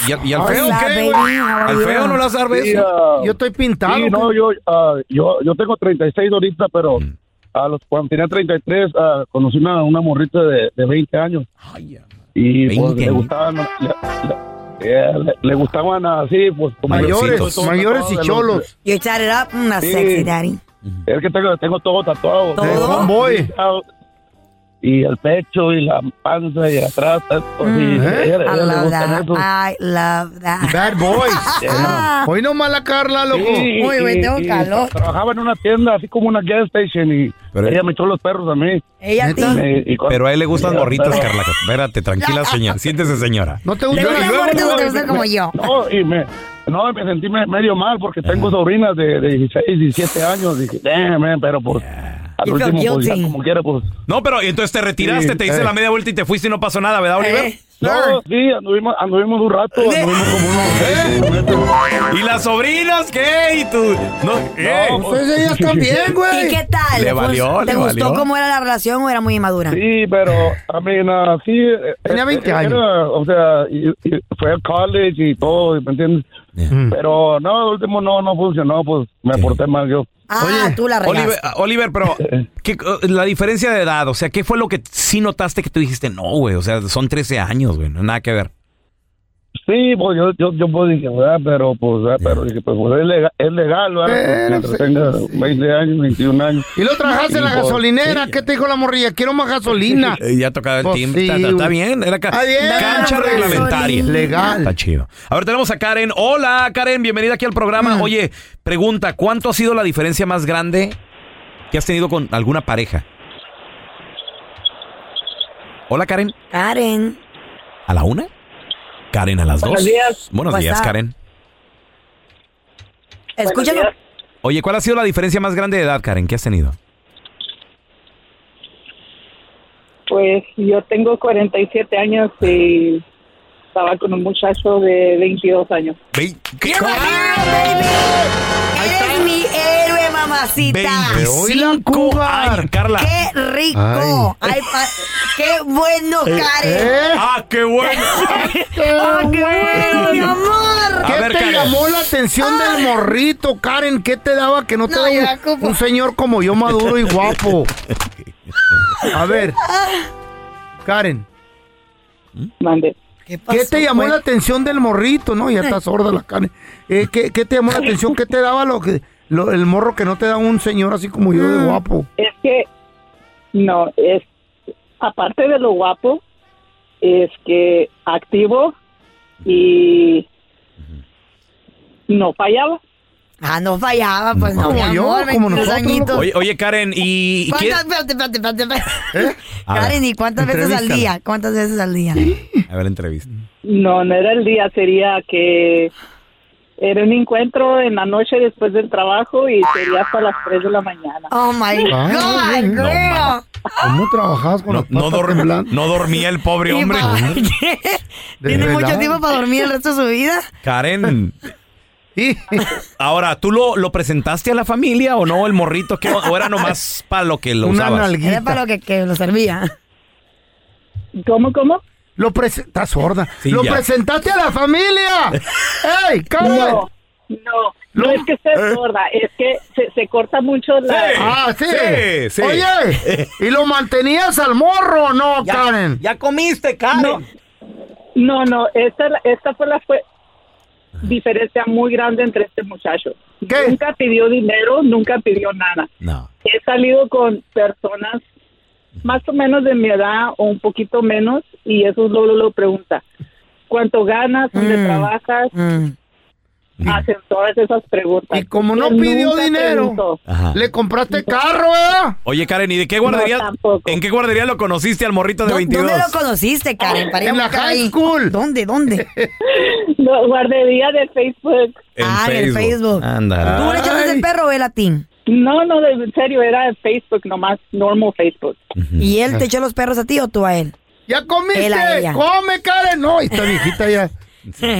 [SPEAKER 7] ¿Y, a- y al feo qué, güey? ¿Al feo no le vas a dar beso?
[SPEAKER 6] Yo estoy pintado,
[SPEAKER 17] ah, Sí, no,
[SPEAKER 6] güey.
[SPEAKER 17] yo, ah, yo, yo tengo 36 ahorita, pero
[SPEAKER 7] Mm.
[SPEAKER 17] a los, cuando tenía 33 ah, conocí una, una morrita de, de 20 años. Y pues,
[SPEAKER 18] 20
[SPEAKER 17] le
[SPEAKER 18] años.
[SPEAKER 17] gustaban... le- le- eh, le, le gustaban así, pues como
[SPEAKER 6] Mayores,
[SPEAKER 17] yo todo
[SPEAKER 6] mayores
[SPEAKER 17] tatuado
[SPEAKER 6] y
[SPEAKER 17] de los-
[SPEAKER 6] cholos.
[SPEAKER 5] You chat it up, una
[SPEAKER 17] Sí.
[SPEAKER 5] sexy daddy.
[SPEAKER 17] Es que tengo, tengo todo tatuado.
[SPEAKER 5] ¿Todo? De
[SPEAKER 17] Convoy. Y el pecho y la panza y atrás. esto, y
[SPEAKER 5] Mm,
[SPEAKER 17] a ella- a
[SPEAKER 5] I
[SPEAKER 17] ella le
[SPEAKER 5] love
[SPEAKER 17] gustan
[SPEAKER 5] that.
[SPEAKER 17] esos.
[SPEAKER 5] I love that.
[SPEAKER 6] Bad boys. Hoy no mala Carla, loco.
[SPEAKER 17] Sí,
[SPEAKER 5] Ah. Uy, güey, tengo calor.
[SPEAKER 17] Trabajaba en una tienda, así como una gas station, y ella me echó los perros a mí.
[SPEAKER 5] Ella a ti.
[SPEAKER 17] Y- y cuando-
[SPEAKER 7] Pero a él le gustan
[SPEAKER 17] Sí,
[SPEAKER 7] gorritas,
[SPEAKER 17] pero-
[SPEAKER 7] Carla. Espérate, tranquila, señora. Siéntese, señora.
[SPEAKER 6] No te
[SPEAKER 17] Y
[SPEAKER 5] Tengo
[SPEAKER 17] luego-
[SPEAKER 5] una
[SPEAKER 17] y luego-
[SPEAKER 5] muerte
[SPEAKER 17] no,
[SPEAKER 5] donde
[SPEAKER 17] y
[SPEAKER 5] usted
[SPEAKER 17] me-
[SPEAKER 5] como yo.
[SPEAKER 17] No, y me, no, me sentí me- medio mal porque tengo sobrinas de, de 16, 17 años. Dije, damn, man", pero pues, al
[SPEAKER 7] You felt
[SPEAKER 17] último, pues, ya
[SPEAKER 7] guilty.
[SPEAKER 17] como quiera, pues,
[SPEAKER 7] No, pero entonces te retiraste,
[SPEAKER 17] Sí,
[SPEAKER 7] te hice
[SPEAKER 17] eh.
[SPEAKER 7] la media vuelta y te fuiste y no pasó nada, ¿verdad, Oliver?
[SPEAKER 6] Eh,
[SPEAKER 17] No, sí, anduvimos, anduvimos un rato, anduvimos como
[SPEAKER 6] ¿Eh?
[SPEAKER 17] unos...
[SPEAKER 7] ¿Y las sobrinas qué? ¿Y tú? No, ¿qué?
[SPEAKER 6] Eh,
[SPEAKER 17] Ustedes ellas
[SPEAKER 6] también,
[SPEAKER 5] ¿Y qué tal?
[SPEAKER 7] Le
[SPEAKER 5] ¿Te
[SPEAKER 7] valió,
[SPEAKER 5] gustó-
[SPEAKER 7] le
[SPEAKER 5] ¿Te gustó
[SPEAKER 7] valió.
[SPEAKER 5] cómo era la relación o era muy inmadura?
[SPEAKER 17] Sí, pero, I mean, ah, sí. eh,
[SPEAKER 5] Tenía
[SPEAKER 17] eh,
[SPEAKER 5] 20
[SPEAKER 17] era,
[SPEAKER 5] años.
[SPEAKER 17] o sea, y- y fue al college y todo, ¿me entiendes?
[SPEAKER 6] Mm.
[SPEAKER 17] Pero no, al último no, no funcionó, pues me porté mal yo.
[SPEAKER 5] Ah, tú la regaste.
[SPEAKER 7] Oliver, ah, Oliver, pero ¿qué, eh, la diferencia de edad, o sea, ¿qué fue lo que sí notaste que tú dijiste? No, güey, o sea, son 13 años, güey, no hay nada que ver.
[SPEAKER 17] Sí, pues yo, yo, yo pues dije, ¿verdad? Pero, pues, ah, pero dije, pues, pues, es legal, es legal ¿verdad? Pues,
[SPEAKER 6] Pero
[SPEAKER 17] Mientras tenga 20 años, 21 años.
[SPEAKER 6] Y lo trabajaste en la
[SPEAKER 17] pues,
[SPEAKER 6] gasolinera. ¿Qué te dijo la morrilla? Quiero más gasolina.
[SPEAKER 7] Eh, ya tocaba el
[SPEAKER 6] Pues
[SPEAKER 7] timbre,
[SPEAKER 6] sí,
[SPEAKER 7] ta- ta- está,
[SPEAKER 6] güey.
[SPEAKER 7] bien, era ca-
[SPEAKER 6] Está bien,
[SPEAKER 7] cancha
[SPEAKER 6] hombre.
[SPEAKER 7] reglamentaria.
[SPEAKER 6] Legal.
[SPEAKER 7] Está chido. A ver, tenemos a Karen. Hola, Karen, bienvenida aquí al programa.
[SPEAKER 5] Mm.
[SPEAKER 7] Oye, pregunta, ¿cuánto ha sido la diferencia más grande que has tenido con alguna pareja? Hola, Karen.
[SPEAKER 5] Karen.
[SPEAKER 7] ¿A la una? Karen, a las
[SPEAKER 5] Buenos
[SPEAKER 7] dos.
[SPEAKER 5] días.
[SPEAKER 7] Buenos
[SPEAKER 5] What's
[SPEAKER 7] días,
[SPEAKER 5] up?
[SPEAKER 7] Karen.
[SPEAKER 5] Escúchalo.
[SPEAKER 7] Oye, ¿cuál ha sido la diferencia más grande de edad, Karen, que has tenido?
[SPEAKER 19] Pues yo tengo 47 años y estaba con un muchacho de 22 años.
[SPEAKER 7] ¡Qué
[SPEAKER 5] Ah, Eres mi héroe, mamacita.
[SPEAKER 7] años, Carla.
[SPEAKER 5] ¡Qué rico! Ay, pa- ¡Qué bueno,
[SPEAKER 6] Eh,
[SPEAKER 5] Karen!
[SPEAKER 7] ¡Ah, qué bueno!
[SPEAKER 5] ¡Ah, qué bueno, mi amor!
[SPEAKER 6] ¿Qué te llamó la atención del morrito, Karen? ¿Qué te daba que no te
[SPEAKER 5] No,
[SPEAKER 6] daba
[SPEAKER 5] yo
[SPEAKER 6] un-
[SPEAKER 5] la ocupo.
[SPEAKER 6] un señor como yo, maduro y guapo? A ver, Karen.
[SPEAKER 19] Mande.
[SPEAKER 5] ¿Qué,
[SPEAKER 6] te llamó la atención del morrito? No, ya está sorda la Karen. Eh, ¿qué, qué te llamó la atención? ¿Qué te daba lo que, lo- el morro que no te da un señor así como yo
[SPEAKER 5] Mm.
[SPEAKER 6] de guapo?
[SPEAKER 19] Es que, no, es, aparte de lo guapo, es que activo y no fallaba.
[SPEAKER 5] Ah, no fallaba, pues no,
[SPEAKER 19] Como
[SPEAKER 5] mi
[SPEAKER 19] yo,
[SPEAKER 5] amor,
[SPEAKER 19] como
[SPEAKER 5] 22
[SPEAKER 19] nosotros,
[SPEAKER 5] añitos.
[SPEAKER 7] Oye, oye, Karen, ¿y y quién?
[SPEAKER 5] ¿Cuántas, espérate, espérate, espérate, espérate.
[SPEAKER 7] A ver,
[SPEAKER 5] Karen, ¿y cuántas veces al
[SPEAKER 7] entrevístala.
[SPEAKER 5] día? ¿Cuántas veces al día?
[SPEAKER 7] A ver, entrevista.
[SPEAKER 19] No, no era el día, sería que era un encuentro en la noche después del trabajo y sería hasta las 3 de la mañana.
[SPEAKER 5] Oh my
[SPEAKER 6] Ay,
[SPEAKER 5] God,
[SPEAKER 6] no,
[SPEAKER 5] girl.
[SPEAKER 6] ¿Cómo trabajabas con
[SPEAKER 7] No,
[SPEAKER 6] las
[SPEAKER 7] no,
[SPEAKER 6] patas
[SPEAKER 7] dorm-
[SPEAKER 6] temblando?
[SPEAKER 7] no dormía el pobre hombre.
[SPEAKER 5] ¿Tiene mucho tiempo para dormir el resto de su vida?
[SPEAKER 7] Karen. Ahora, ¿tú lo, lo presentaste a la familia o no? ¿El morrito? que ¿O era nomás para lo que lo usabas?
[SPEAKER 5] Era para lo que, que lo servía.
[SPEAKER 19] ¿Cómo, cómo?
[SPEAKER 6] Lo presentas sorda.
[SPEAKER 7] Sí,
[SPEAKER 6] ¡Lo
[SPEAKER 7] ya.
[SPEAKER 6] presentaste a la familia! ¡Ey, Karen!
[SPEAKER 19] No, No, no es que esté
[SPEAKER 7] Eh,
[SPEAKER 19] sorda, es que se, se corta mucho la...
[SPEAKER 6] ah, sí. Oye, ¿y lo mantenías al morro o no, Karen?
[SPEAKER 19] ¿Ya comiste, Karen? No, no, no, esta, esta fue la fue diferencia muy grande entre este muchacho. Nunca pidió dinero, nunca pidió nada.
[SPEAKER 7] No.
[SPEAKER 19] He salido con personas más o menos de mi edad o un poquito menos y eso es lo, lo, lo pregunta. ¿Cuánto ganas? ¿Dónde
[SPEAKER 6] Mm,
[SPEAKER 19] trabajas? Hacen todas esas preguntas. Y
[SPEAKER 6] Como no pidió dinero,
[SPEAKER 7] Ajá.
[SPEAKER 6] le compraste carro, eh. ¿verdad?
[SPEAKER 7] Oye, Karen, ¿y de qué guardería? ¿En qué guardería lo conociste al morrito de 22?
[SPEAKER 5] ¿Dónde lo conociste, Karen? Para ir a
[SPEAKER 6] En la
[SPEAKER 5] buscar
[SPEAKER 6] high
[SPEAKER 5] ahí.
[SPEAKER 6] school.
[SPEAKER 5] ¿Dónde, dónde?
[SPEAKER 19] No, guardería de Facebook.
[SPEAKER 5] ah, en el Facebook.
[SPEAKER 7] Ándale.
[SPEAKER 5] ¿Tú le echaste el perro o el latín?
[SPEAKER 19] No, no, de- en serio, era de Facebook nomás, normal Facebook.
[SPEAKER 5] ¿Y él te echó los perros a ti o tú a él?
[SPEAKER 6] ¿Ya comiste?
[SPEAKER 5] Él a ella.
[SPEAKER 6] ¡Come, Karen! No, y esta viejita ya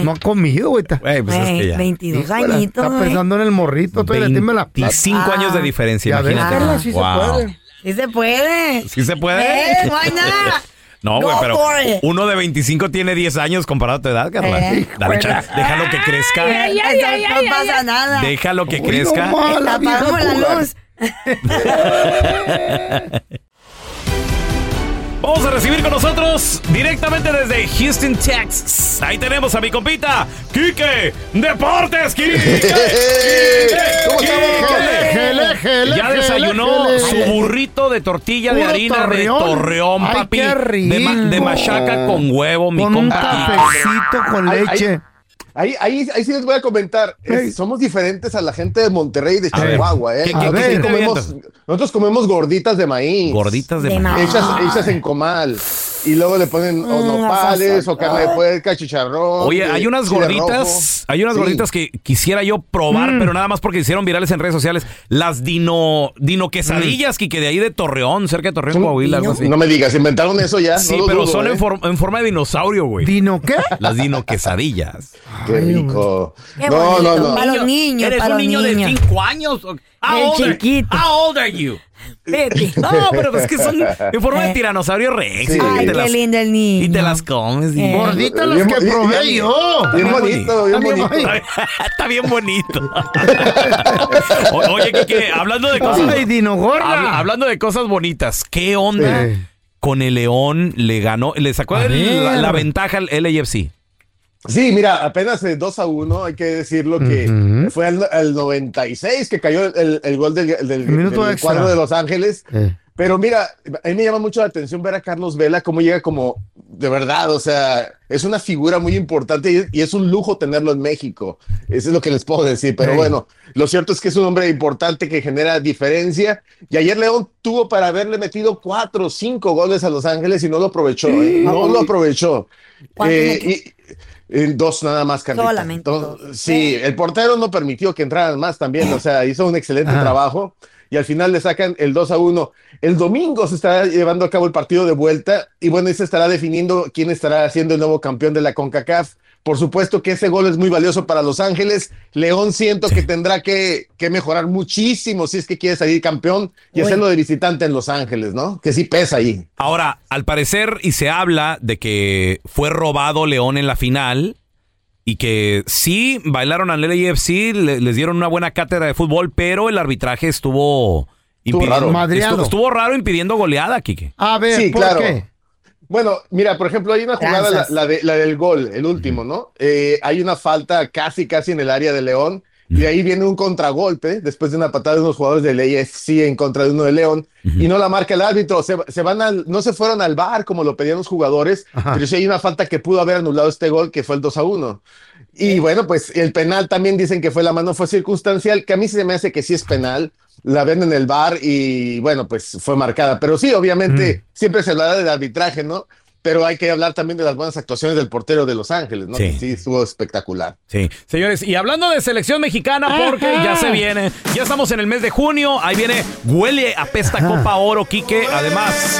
[SPEAKER 6] no ha comido, güey. está-
[SPEAKER 7] pues es que ya.
[SPEAKER 5] 22
[SPEAKER 6] Híjole,
[SPEAKER 5] añitos,
[SPEAKER 6] Está
[SPEAKER 5] güey.
[SPEAKER 6] pensando en el morrito, todavía le tiembla la plata.
[SPEAKER 7] 25 años de diferencia,
[SPEAKER 6] Ya ves,
[SPEAKER 7] imagínate.
[SPEAKER 6] Carla, sí se
[SPEAKER 7] Ah, Wow.
[SPEAKER 6] puede.
[SPEAKER 5] Sí se puede.
[SPEAKER 7] ¿Sí se puede?
[SPEAKER 5] Eh, why not?
[SPEAKER 7] No,
[SPEAKER 5] Go
[SPEAKER 7] güey, pero
[SPEAKER 5] for it.
[SPEAKER 7] uno de 25 tiene 10 años comparado a tu edad, Carla.
[SPEAKER 5] Eh.
[SPEAKER 7] Dale chance, déjalo que crezca.
[SPEAKER 5] Ay, ay, ay, no pasa nada.
[SPEAKER 7] Déjalo que crezca.
[SPEAKER 5] Está apagando la luz.
[SPEAKER 7] Vamos a recibir con nosotros directamente desde Houston, Texas. Ahí tenemos a mi compita, Quique Deportes, Quique.
[SPEAKER 6] ¿Cómo
[SPEAKER 7] Quique.
[SPEAKER 6] estamos? Jele, jele, jele,
[SPEAKER 7] Ya
[SPEAKER 6] jele,
[SPEAKER 7] desayunó
[SPEAKER 6] jele.
[SPEAKER 7] su burrito de tortilla de
[SPEAKER 6] Puro
[SPEAKER 7] harina
[SPEAKER 6] Torreón.
[SPEAKER 7] de torreón,
[SPEAKER 6] Ay,
[SPEAKER 7] papi.
[SPEAKER 6] qué rico.
[SPEAKER 7] De, ma- de machaca con huevo, mi
[SPEAKER 6] Con un
[SPEAKER 7] compa.
[SPEAKER 6] cafecito con
[SPEAKER 18] Ahí-
[SPEAKER 6] leche.
[SPEAKER 18] Ahí, ahí, ahí sí les voy a comentar. Es- somos diferentes a la gente de Monterrey y de
[SPEAKER 7] ver.
[SPEAKER 18] Chihuahua, ¿eh?
[SPEAKER 7] ¿Qué- qué-
[SPEAKER 18] Aquí
[SPEAKER 7] qué- qué-
[SPEAKER 18] comemos- nosotros comemos gorditas de maíz.
[SPEAKER 7] Gorditas de De maíz. Mm,
[SPEAKER 18] Hechas, hechas en comal. Y luego le ponen o nopales, o carne de puerca, chicharrón.
[SPEAKER 7] Oye,
[SPEAKER 18] eh,
[SPEAKER 7] hay unas
[SPEAKER 18] chile
[SPEAKER 7] gorditas,
[SPEAKER 18] rojo.
[SPEAKER 7] hay unas
[SPEAKER 18] Sí.
[SPEAKER 7] gorditas que quisiera yo
[SPEAKER 6] Mm.
[SPEAKER 7] probar, pero nada más porque hicieron virales en redes sociales. Las dino, dino
[SPEAKER 6] Mm.
[SPEAKER 7] quesadillas, que de ahí de Torreón, cerca de Torreón, Coahuila, algo así.
[SPEAKER 18] No me digas, inventaron eso ya.
[SPEAKER 7] Sí,
[SPEAKER 18] No lo
[SPEAKER 7] pero
[SPEAKER 18] dudo,
[SPEAKER 7] son
[SPEAKER 18] ¿eh?
[SPEAKER 7] en, form- en forma de dinosaurio, güey.
[SPEAKER 6] ¿Dino qué?
[SPEAKER 7] Las dino quesadillas.
[SPEAKER 18] Qué rico.
[SPEAKER 5] Qué bonito, para los niños,
[SPEAKER 12] Eres
[SPEAKER 5] para
[SPEAKER 12] un niño
[SPEAKER 5] los
[SPEAKER 12] de
[SPEAKER 5] niños.
[SPEAKER 12] 5 años.
[SPEAKER 5] El
[SPEAKER 12] How old, are,
[SPEAKER 5] chiquito.
[SPEAKER 12] how old are you?
[SPEAKER 5] Vete.
[SPEAKER 7] No, pero es que son en forma de
[SPEAKER 5] Eh.
[SPEAKER 7] tiranosaurio rex.
[SPEAKER 18] Sí.
[SPEAKER 7] y
[SPEAKER 5] Ay,
[SPEAKER 7] te
[SPEAKER 5] qué
[SPEAKER 7] las-
[SPEAKER 5] lindo el niño.
[SPEAKER 7] Y te las comes. y-
[SPEAKER 5] Eh.
[SPEAKER 6] Gorditas las que
[SPEAKER 18] bien-
[SPEAKER 6] probé
[SPEAKER 18] bien-
[SPEAKER 6] yo.
[SPEAKER 18] bien
[SPEAKER 6] Está
[SPEAKER 18] bonito, bien
[SPEAKER 6] está
[SPEAKER 18] bonito.
[SPEAKER 7] Está bien bonito. O- oye, Kike, hablando de cosas...
[SPEAKER 6] Ay, Dino Gorda.
[SPEAKER 7] Habla- hablando de cosas bonitas, ¿qué onda
[SPEAKER 6] Sí.
[SPEAKER 7] con el León? Le ganó, le sacó
[SPEAKER 6] A
[SPEAKER 7] el- la,
[SPEAKER 6] ver.
[SPEAKER 7] la ventaja al LAFC.
[SPEAKER 18] Sí, mira, apenas de 2 a 1, hay que decirlo que fue al, al 96 que cayó el, el- el gol del, del-
[SPEAKER 6] minuto
[SPEAKER 18] del
[SPEAKER 6] extra.
[SPEAKER 18] cuadro de Los Ángeles.
[SPEAKER 6] Eh.
[SPEAKER 18] Pero mira, a mí me llama mucho la atención ver a Carlos Vela, cómo llega como, de verdad, o sea, es una figura muy importante y, y es un lujo tenerlo en México. Eso es lo que les puedo decir. Pero
[SPEAKER 6] Sí.
[SPEAKER 18] bueno, lo cierto es que es un hombre importante que genera diferencia. Y ayer León tuvo para haberle metido cuatro o cinco goles a Los Ángeles y no lo aprovechó. ¿eh? No lo aprovechó.
[SPEAKER 5] ¿Cuántos
[SPEAKER 18] Eh,
[SPEAKER 5] le
[SPEAKER 18] y- eh, dos nada más, Carlita.
[SPEAKER 5] Solamente
[SPEAKER 18] Dos- sí, el portero no permitió que entraran más también, o sea, hizo un excelente trabajo y al final le sacan el 2 a 1. El domingo se estará llevando a cabo el partido de vuelta y bueno, ahí se estará definiendo quién estará siendo el nuevo campeón de la CONCACAF. Por supuesto que ese gol es muy valioso para Los Ángeles. León siento que tendrá que, que mejorar muchísimo si es que quiere salir campeón y hacerlo de visitante en Los Ángeles, ¿no? Que sí pesa ahí.
[SPEAKER 7] Ahora, al parecer, y se habla de que fue robado León en la final y que sí bailaron al LAFC, le- les dieron una buena cátedra de fútbol, pero el arbitraje estuvo impidiendo-
[SPEAKER 6] raro. Madreado.
[SPEAKER 7] Estuvo, estuvo raro impidiendo goleada, Quique.
[SPEAKER 6] A ver,
[SPEAKER 18] Sí,
[SPEAKER 6] ¿por
[SPEAKER 18] claro.
[SPEAKER 6] qué?
[SPEAKER 18] Bueno, mira, por ejemplo, hay una jugada, la,
[SPEAKER 6] Tranzas.
[SPEAKER 18] la de- la del gol, el último, ¿no? Eh, hay una falta casi, casi en el área de León, y de ahí viene un contragolpe, después de una patada de unos jugadores del AFC en contra de uno de León, y no la marca el árbitro, se, se van al- no se fueron al bar como lo pedían los jugadores, pero sí hay una falta que pudo haber anulado este gol, que fue el 2 a 1.
[SPEAKER 7] Eh,
[SPEAKER 18] Y bueno, pues el penal también dicen que fue la mano, fue circunstancial, que a mí se me hace que sí es penal. La ven en el bar y bueno, pues fue marcada. Pero sí, obviamente,
[SPEAKER 7] Mm.
[SPEAKER 18] siempre se hablará del arbitraje, ¿no? Pero hay que hablar también de las buenas actuaciones del portero de Los Ángeles, ¿no?
[SPEAKER 7] Sí.
[SPEAKER 18] Que sí estuvo espectacular.
[SPEAKER 7] Sí. Señores, y hablando de selección mexicana, porque ya se viene, ya estamos en el mes de junio, ahí viene, huele a pesta Copa Oro, Quique, además...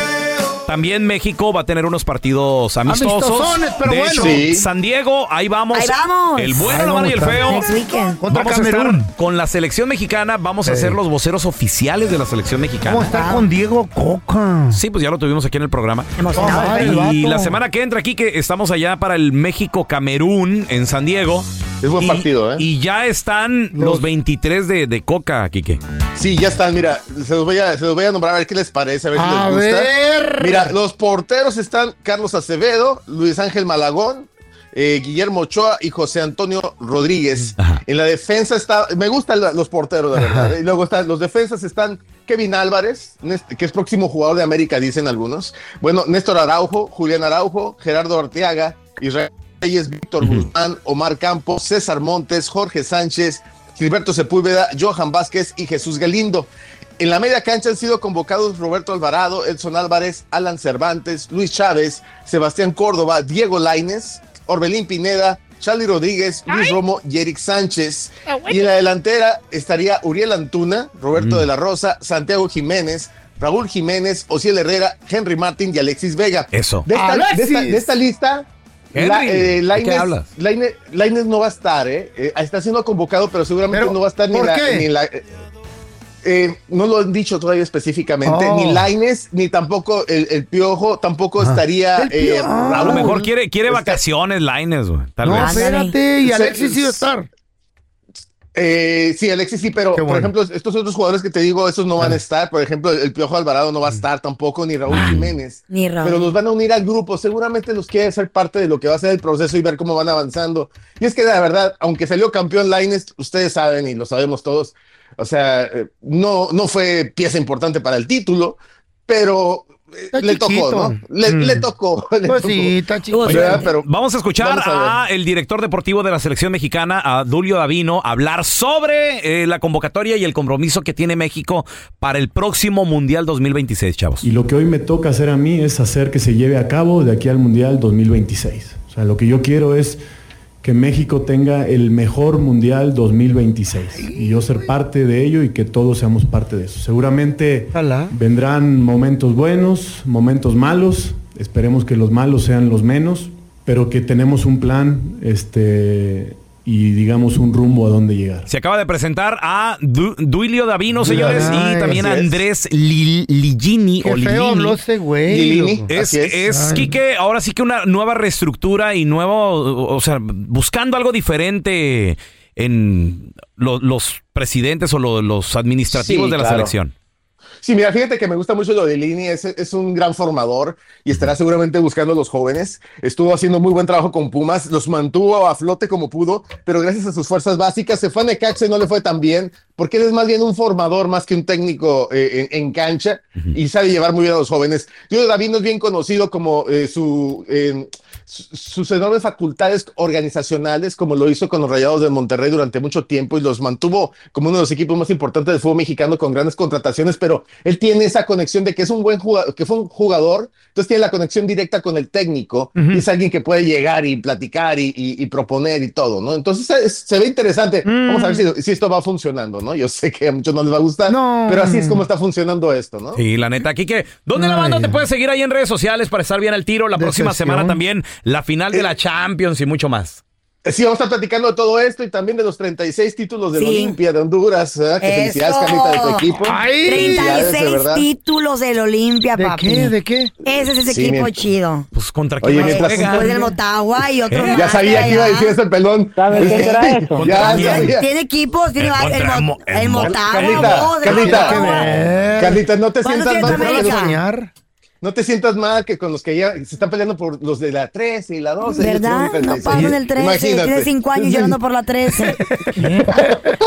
[SPEAKER 7] También México va a tener unos partidos amistosos.
[SPEAKER 6] Amistosones, pero
[SPEAKER 7] de
[SPEAKER 6] bueno.
[SPEAKER 7] hecho,
[SPEAKER 6] Sí.
[SPEAKER 7] San Diego, ahí vamos.
[SPEAKER 5] Ahí vamos.
[SPEAKER 7] El bueno,
[SPEAKER 6] Ahí
[SPEAKER 7] la mala y el
[SPEAKER 6] vamos a
[SPEAKER 7] feo.
[SPEAKER 6] estar.
[SPEAKER 5] Next weekend.
[SPEAKER 6] Contra
[SPEAKER 7] vamos a
[SPEAKER 6] Camerún.
[SPEAKER 7] estar con la selección mexicana, vamos a
[SPEAKER 6] Sí.
[SPEAKER 7] ser los voceros oficiales de la selección mexicana.
[SPEAKER 6] ¿Cómo está con Diego Coca?
[SPEAKER 7] Sí, pues ya lo tuvimos aquí en el programa.
[SPEAKER 5] Emocionado,
[SPEAKER 6] Ay,
[SPEAKER 5] ¿eh?
[SPEAKER 6] el
[SPEAKER 7] Y
[SPEAKER 6] vato.
[SPEAKER 7] la semana que entra aquí, que estamos allá para el México-Camerún en San Diego.
[SPEAKER 18] Es buen partido, ¿eh?
[SPEAKER 7] Y ya están los 23 de, de Coca, Quique.
[SPEAKER 18] Sí, ya están, mira, se los, voy a, se los voy a nombrar a ver qué les parece, a ver
[SPEAKER 7] A
[SPEAKER 18] si les gusta.
[SPEAKER 7] ver.
[SPEAKER 18] Mira, los porteros están Carlos Acevedo, Luis Ángel Malagón, eh, Guillermo Ochoa y José Antonio Rodríguez. En la defensa está, me gustan la- los porteros, la verdad. Y luego están, los defensas están Kevin Álvarez, Nest- que es próximo jugador de América, dicen algunos. Bueno, Néstor Araujo, Julián Araujo, Gerardo Arteaga, Israel Reyes, Víctor Guzmán, Omar Campos, César Montes, Jorge Sánchez, Gilberto Sepúlveda, Johan Vázquez y Jesús Galindo. En la media cancha han sido convocados Roberto Alvarado, Edson Álvarez, Alan Cervantes, Luis Chávez, Sebastián Córdoba, Diego Laines, Orbelín Pineda, Charlie Rodríguez, Luis Romo y Eric Sánchez.
[SPEAKER 20] Ah, bueno.
[SPEAKER 18] Y en la delantera estaría Uriel Antuna,
[SPEAKER 7] Mm.
[SPEAKER 18] Roberto de la Rosa, Santiago Jiménez, Raúl Jiménez, Osiel Herrera, Henry Martín y Alexis Vega.
[SPEAKER 7] Eso.
[SPEAKER 18] De esta, de esta- de esta lista,
[SPEAKER 7] Henry,
[SPEAKER 18] la, eh,
[SPEAKER 7] ¿de
[SPEAKER 18] Lainez-
[SPEAKER 7] qué hablas?
[SPEAKER 18] Lainez- Lainez no va a estar, ¿eh? Eh, Está siendo convocado, pero seguramente no va a estar ni
[SPEAKER 6] ¿por
[SPEAKER 18] en la-
[SPEAKER 6] qué?
[SPEAKER 18] ni en la- eh, no lo han dicho todavía específicamente.
[SPEAKER 6] Oh.
[SPEAKER 18] Ni Laines, ni tampoco el, el Piojo, tampoco estaría. eh,
[SPEAKER 7] A
[SPEAKER 6] Ah,
[SPEAKER 7] lo
[SPEAKER 18] Raúl.
[SPEAKER 7] mejor quiere, quiere vacaciones, Lines, güey. Tal
[SPEAKER 18] No,
[SPEAKER 7] vez.
[SPEAKER 18] espérate, y Alexis sí va a
[SPEAKER 6] estar.
[SPEAKER 18] Eh, sí, Alexis sí, pero por ejemplo, estos otros jugadores que te digo, esos no
[SPEAKER 6] Ah.
[SPEAKER 18] van a estar. Por ejemplo, el Piojo Alvarado
[SPEAKER 6] Mm.
[SPEAKER 18] no va a estar tampoco, ni Raúl Jiménez.
[SPEAKER 5] Ni Raúl.
[SPEAKER 18] Pero los van a unir al grupo. Seguramente los quiere hacer parte de lo que va a ser el proceso y ver cómo van avanzando. Y es que la verdad, aunque salió campeón Lines, ustedes saben y lo sabemos todos. O sea, eh, no, no fue pieza importante para el título, pero eh,
[SPEAKER 6] Está
[SPEAKER 18] le tocó,
[SPEAKER 6] chiquito.
[SPEAKER 18] ¿no? Le,
[SPEAKER 6] Mm.
[SPEAKER 18] le tocó. le
[SPEAKER 6] Pues
[SPEAKER 18] tocó.
[SPEAKER 6] sí, está chiquito.
[SPEAKER 18] Oye, ¿verdad? Pero
[SPEAKER 7] Vamos a escuchar
[SPEAKER 18] vamos a
[SPEAKER 7] a, el director deportivo de la selección mexicana, a Dulio Davino, hablar sobre eh, la convocatoria y el compromiso que tiene México para el próximo Mundial 2026, chavos.
[SPEAKER 21] Y lo que hoy me toca hacer a mí es hacer que se lleve a cabo de aquí al Mundial 2026. O sea, lo que yo quiero es que México tenga el mejor Mundial 2026 y yo ser parte de ello y que todos seamos parte de eso. Seguramente vendrán momentos buenos, momentos malos, esperemos que los malos sean los menos, pero que tenemos un plan este, y digamos un rumbo a dónde llegar.
[SPEAKER 7] Se acaba de presentar a Du- Duilio Davino, señores,
[SPEAKER 21] Ay,
[SPEAKER 7] y también
[SPEAKER 21] así
[SPEAKER 7] a
[SPEAKER 21] es.
[SPEAKER 7] Andrés Li- Ligini.
[SPEAKER 6] Qué
[SPEAKER 7] o
[SPEAKER 6] feo
[SPEAKER 7] Ligini.
[SPEAKER 6] habló ese güey, Ligini, loco.
[SPEAKER 7] Es,
[SPEAKER 6] así es.
[SPEAKER 7] es
[SPEAKER 6] Ay.
[SPEAKER 7] Quique, ahora sí que una nueva reestructura y nuevo, o sea, buscando algo diferente en lo- los presidentes o lo- los administrativos
[SPEAKER 18] Sí,
[SPEAKER 7] de la
[SPEAKER 18] claro.
[SPEAKER 7] selección.
[SPEAKER 18] Sí, mira, fíjate que me gusta mucho lo de Lini, es, es un gran formador y estará seguramente buscando a los jóvenes. Estuvo haciendo muy buen trabajo con Pumas, los mantuvo a flote como pudo, pero gracias a sus fuerzas básicas se fue a Necaxa y no le fue tan bien, porque él es más bien un formador más que un técnico eh, en, en cancha y sabe llevar muy bien a los jóvenes. Yo, David, no es bien conocido como eh, su... eh, su- sus enormes facultades organizacionales, como lo hizo con los Rayados de Monterrey durante mucho tiempo y los mantuvo como uno de los equipos más importantes del fútbol mexicano con grandes contrataciones, pero él tiene esa conexión de que es un buen jugador, que fue un jugador, entonces tiene la conexión directa con el técnico y es alguien que puede llegar y platicar y, y- y proponer y todo, ¿no? Entonces eh, es- se ve interesante. Vamos a ver si, si esto va funcionando, ¿no? Yo sé que a muchos no les va a gustar, pero así es como está funcionando esto, ¿no?
[SPEAKER 7] Y la neta, Quique, ¿dónde la banda te puede seguir ahí en redes sociales para estar bien al tiro? La próxima
[SPEAKER 18] Decepción.
[SPEAKER 7] semana también, la final de la Champions y mucho más.
[SPEAKER 18] Eh, Sí, vamos a estar platicando de todo esto y también de los 36 títulos de
[SPEAKER 7] Sí.
[SPEAKER 18] Olimpia de Honduras. ¿verdad? Que felicidades, Carlita, de tu equipo. Felicidades, de
[SPEAKER 5] 36
[SPEAKER 18] verdad.
[SPEAKER 5] títulos del Olimpia,
[SPEAKER 18] ¿De
[SPEAKER 5] papi.
[SPEAKER 18] qué?
[SPEAKER 6] ¿De qué?
[SPEAKER 5] Ese es ese
[SPEAKER 18] Sí,
[SPEAKER 5] equipo
[SPEAKER 18] mien-
[SPEAKER 5] chido.
[SPEAKER 7] Pues contra
[SPEAKER 18] Oye,
[SPEAKER 5] Oye,
[SPEAKER 18] mientras-
[SPEAKER 5] Después del Motagua y otro
[SPEAKER 18] Ya
[SPEAKER 5] más.
[SPEAKER 18] sabía que iba a decir eso el pelón.
[SPEAKER 5] ¿Sabes
[SPEAKER 18] qué era eso? Ya sabía.
[SPEAKER 5] Tiene equipos, tiene
[SPEAKER 18] El
[SPEAKER 5] va-
[SPEAKER 18] contra-
[SPEAKER 5] el, Mo-
[SPEAKER 18] el
[SPEAKER 5] el
[SPEAKER 18] Mo-
[SPEAKER 5] Motagua,
[SPEAKER 18] Carlita,
[SPEAKER 5] vos, el
[SPEAKER 18] Carlita.
[SPEAKER 5] Motagua.
[SPEAKER 18] Carlita, no te
[SPEAKER 5] ¿Cuándo
[SPEAKER 18] sientas
[SPEAKER 5] tienes
[SPEAKER 18] mal.
[SPEAKER 5] tu
[SPEAKER 18] porque-
[SPEAKER 5] América?
[SPEAKER 18] No te sientas mal que con los que ya se están peleando por los de la 13 y la 12.
[SPEAKER 5] ¿Verdad? No pasan el 13. Tiene 5 años llorando por la 13.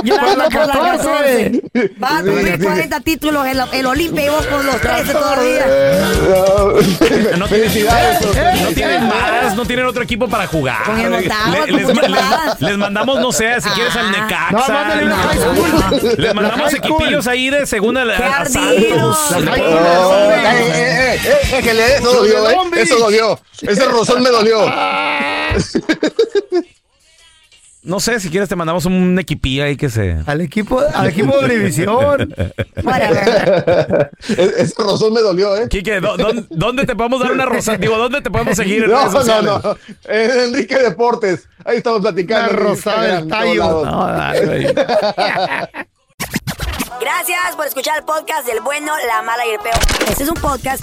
[SPEAKER 5] llorando por la 14. Va a cumplir 40 títulos el, el Olimpia y vos por los 13 todavía.
[SPEAKER 18] Eh.
[SPEAKER 7] No tienen, no tienen más, no tienen otro equipo para jugar.
[SPEAKER 5] Con el
[SPEAKER 7] Le- les,
[SPEAKER 5] Motagua, con mucho
[SPEAKER 7] les-
[SPEAKER 5] más.
[SPEAKER 7] les mandamos, no sé, si quieres al Necaxa.
[SPEAKER 6] Ah. No, mándale una high school.
[SPEAKER 7] Les mandamos
[SPEAKER 6] La high school.
[SPEAKER 7] equipillos ahí de segunda
[SPEAKER 6] ¡Qué
[SPEAKER 7] a
[SPEAKER 6] ardidos!
[SPEAKER 7] Santos.
[SPEAKER 6] La high
[SPEAKER 7] Oh,
[SPEAKER 6] school.
[SPEAKER 18] Eh, eh, eh, eh, que le- eso dolió, eh. Eso dolió. Ese rozón me dolió.
[SPEAKER 7] No sé, si quieres te mandamos un equipillo ahí que se...
[SPEAKER 6] Al equipo, al equipo de Univisión.
[SPEAKER 18] Ese rozón me dolió, ¿eh?
[SPEAKER 7] Quique, ¿dó- dónde- ¿dónde te podemos dar una rosa? Digo, ¿dónde te podemos seguir en
[SPEAKER 18] no,
[SPEAKER 7] redes sociales?
[SPEAKER 18] No, no, Eh, Enrique Deportes. Ahí estamos platicando.
[SPEAKER 6] Una
[SPEAKER 18] en
[SPEAKER 6] rosada del
[SPEAKER 18] Instagram,
[SPEAKER 6] tallo.
[SPEAKER 18] todos lados.
[SPEAKER 6] No, dale,
[SPEAKER 5] Gracias por escuchar el podcast del bueno, la mala y el peor. Este es un podcast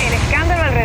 [SPEAKER 22] El escándalo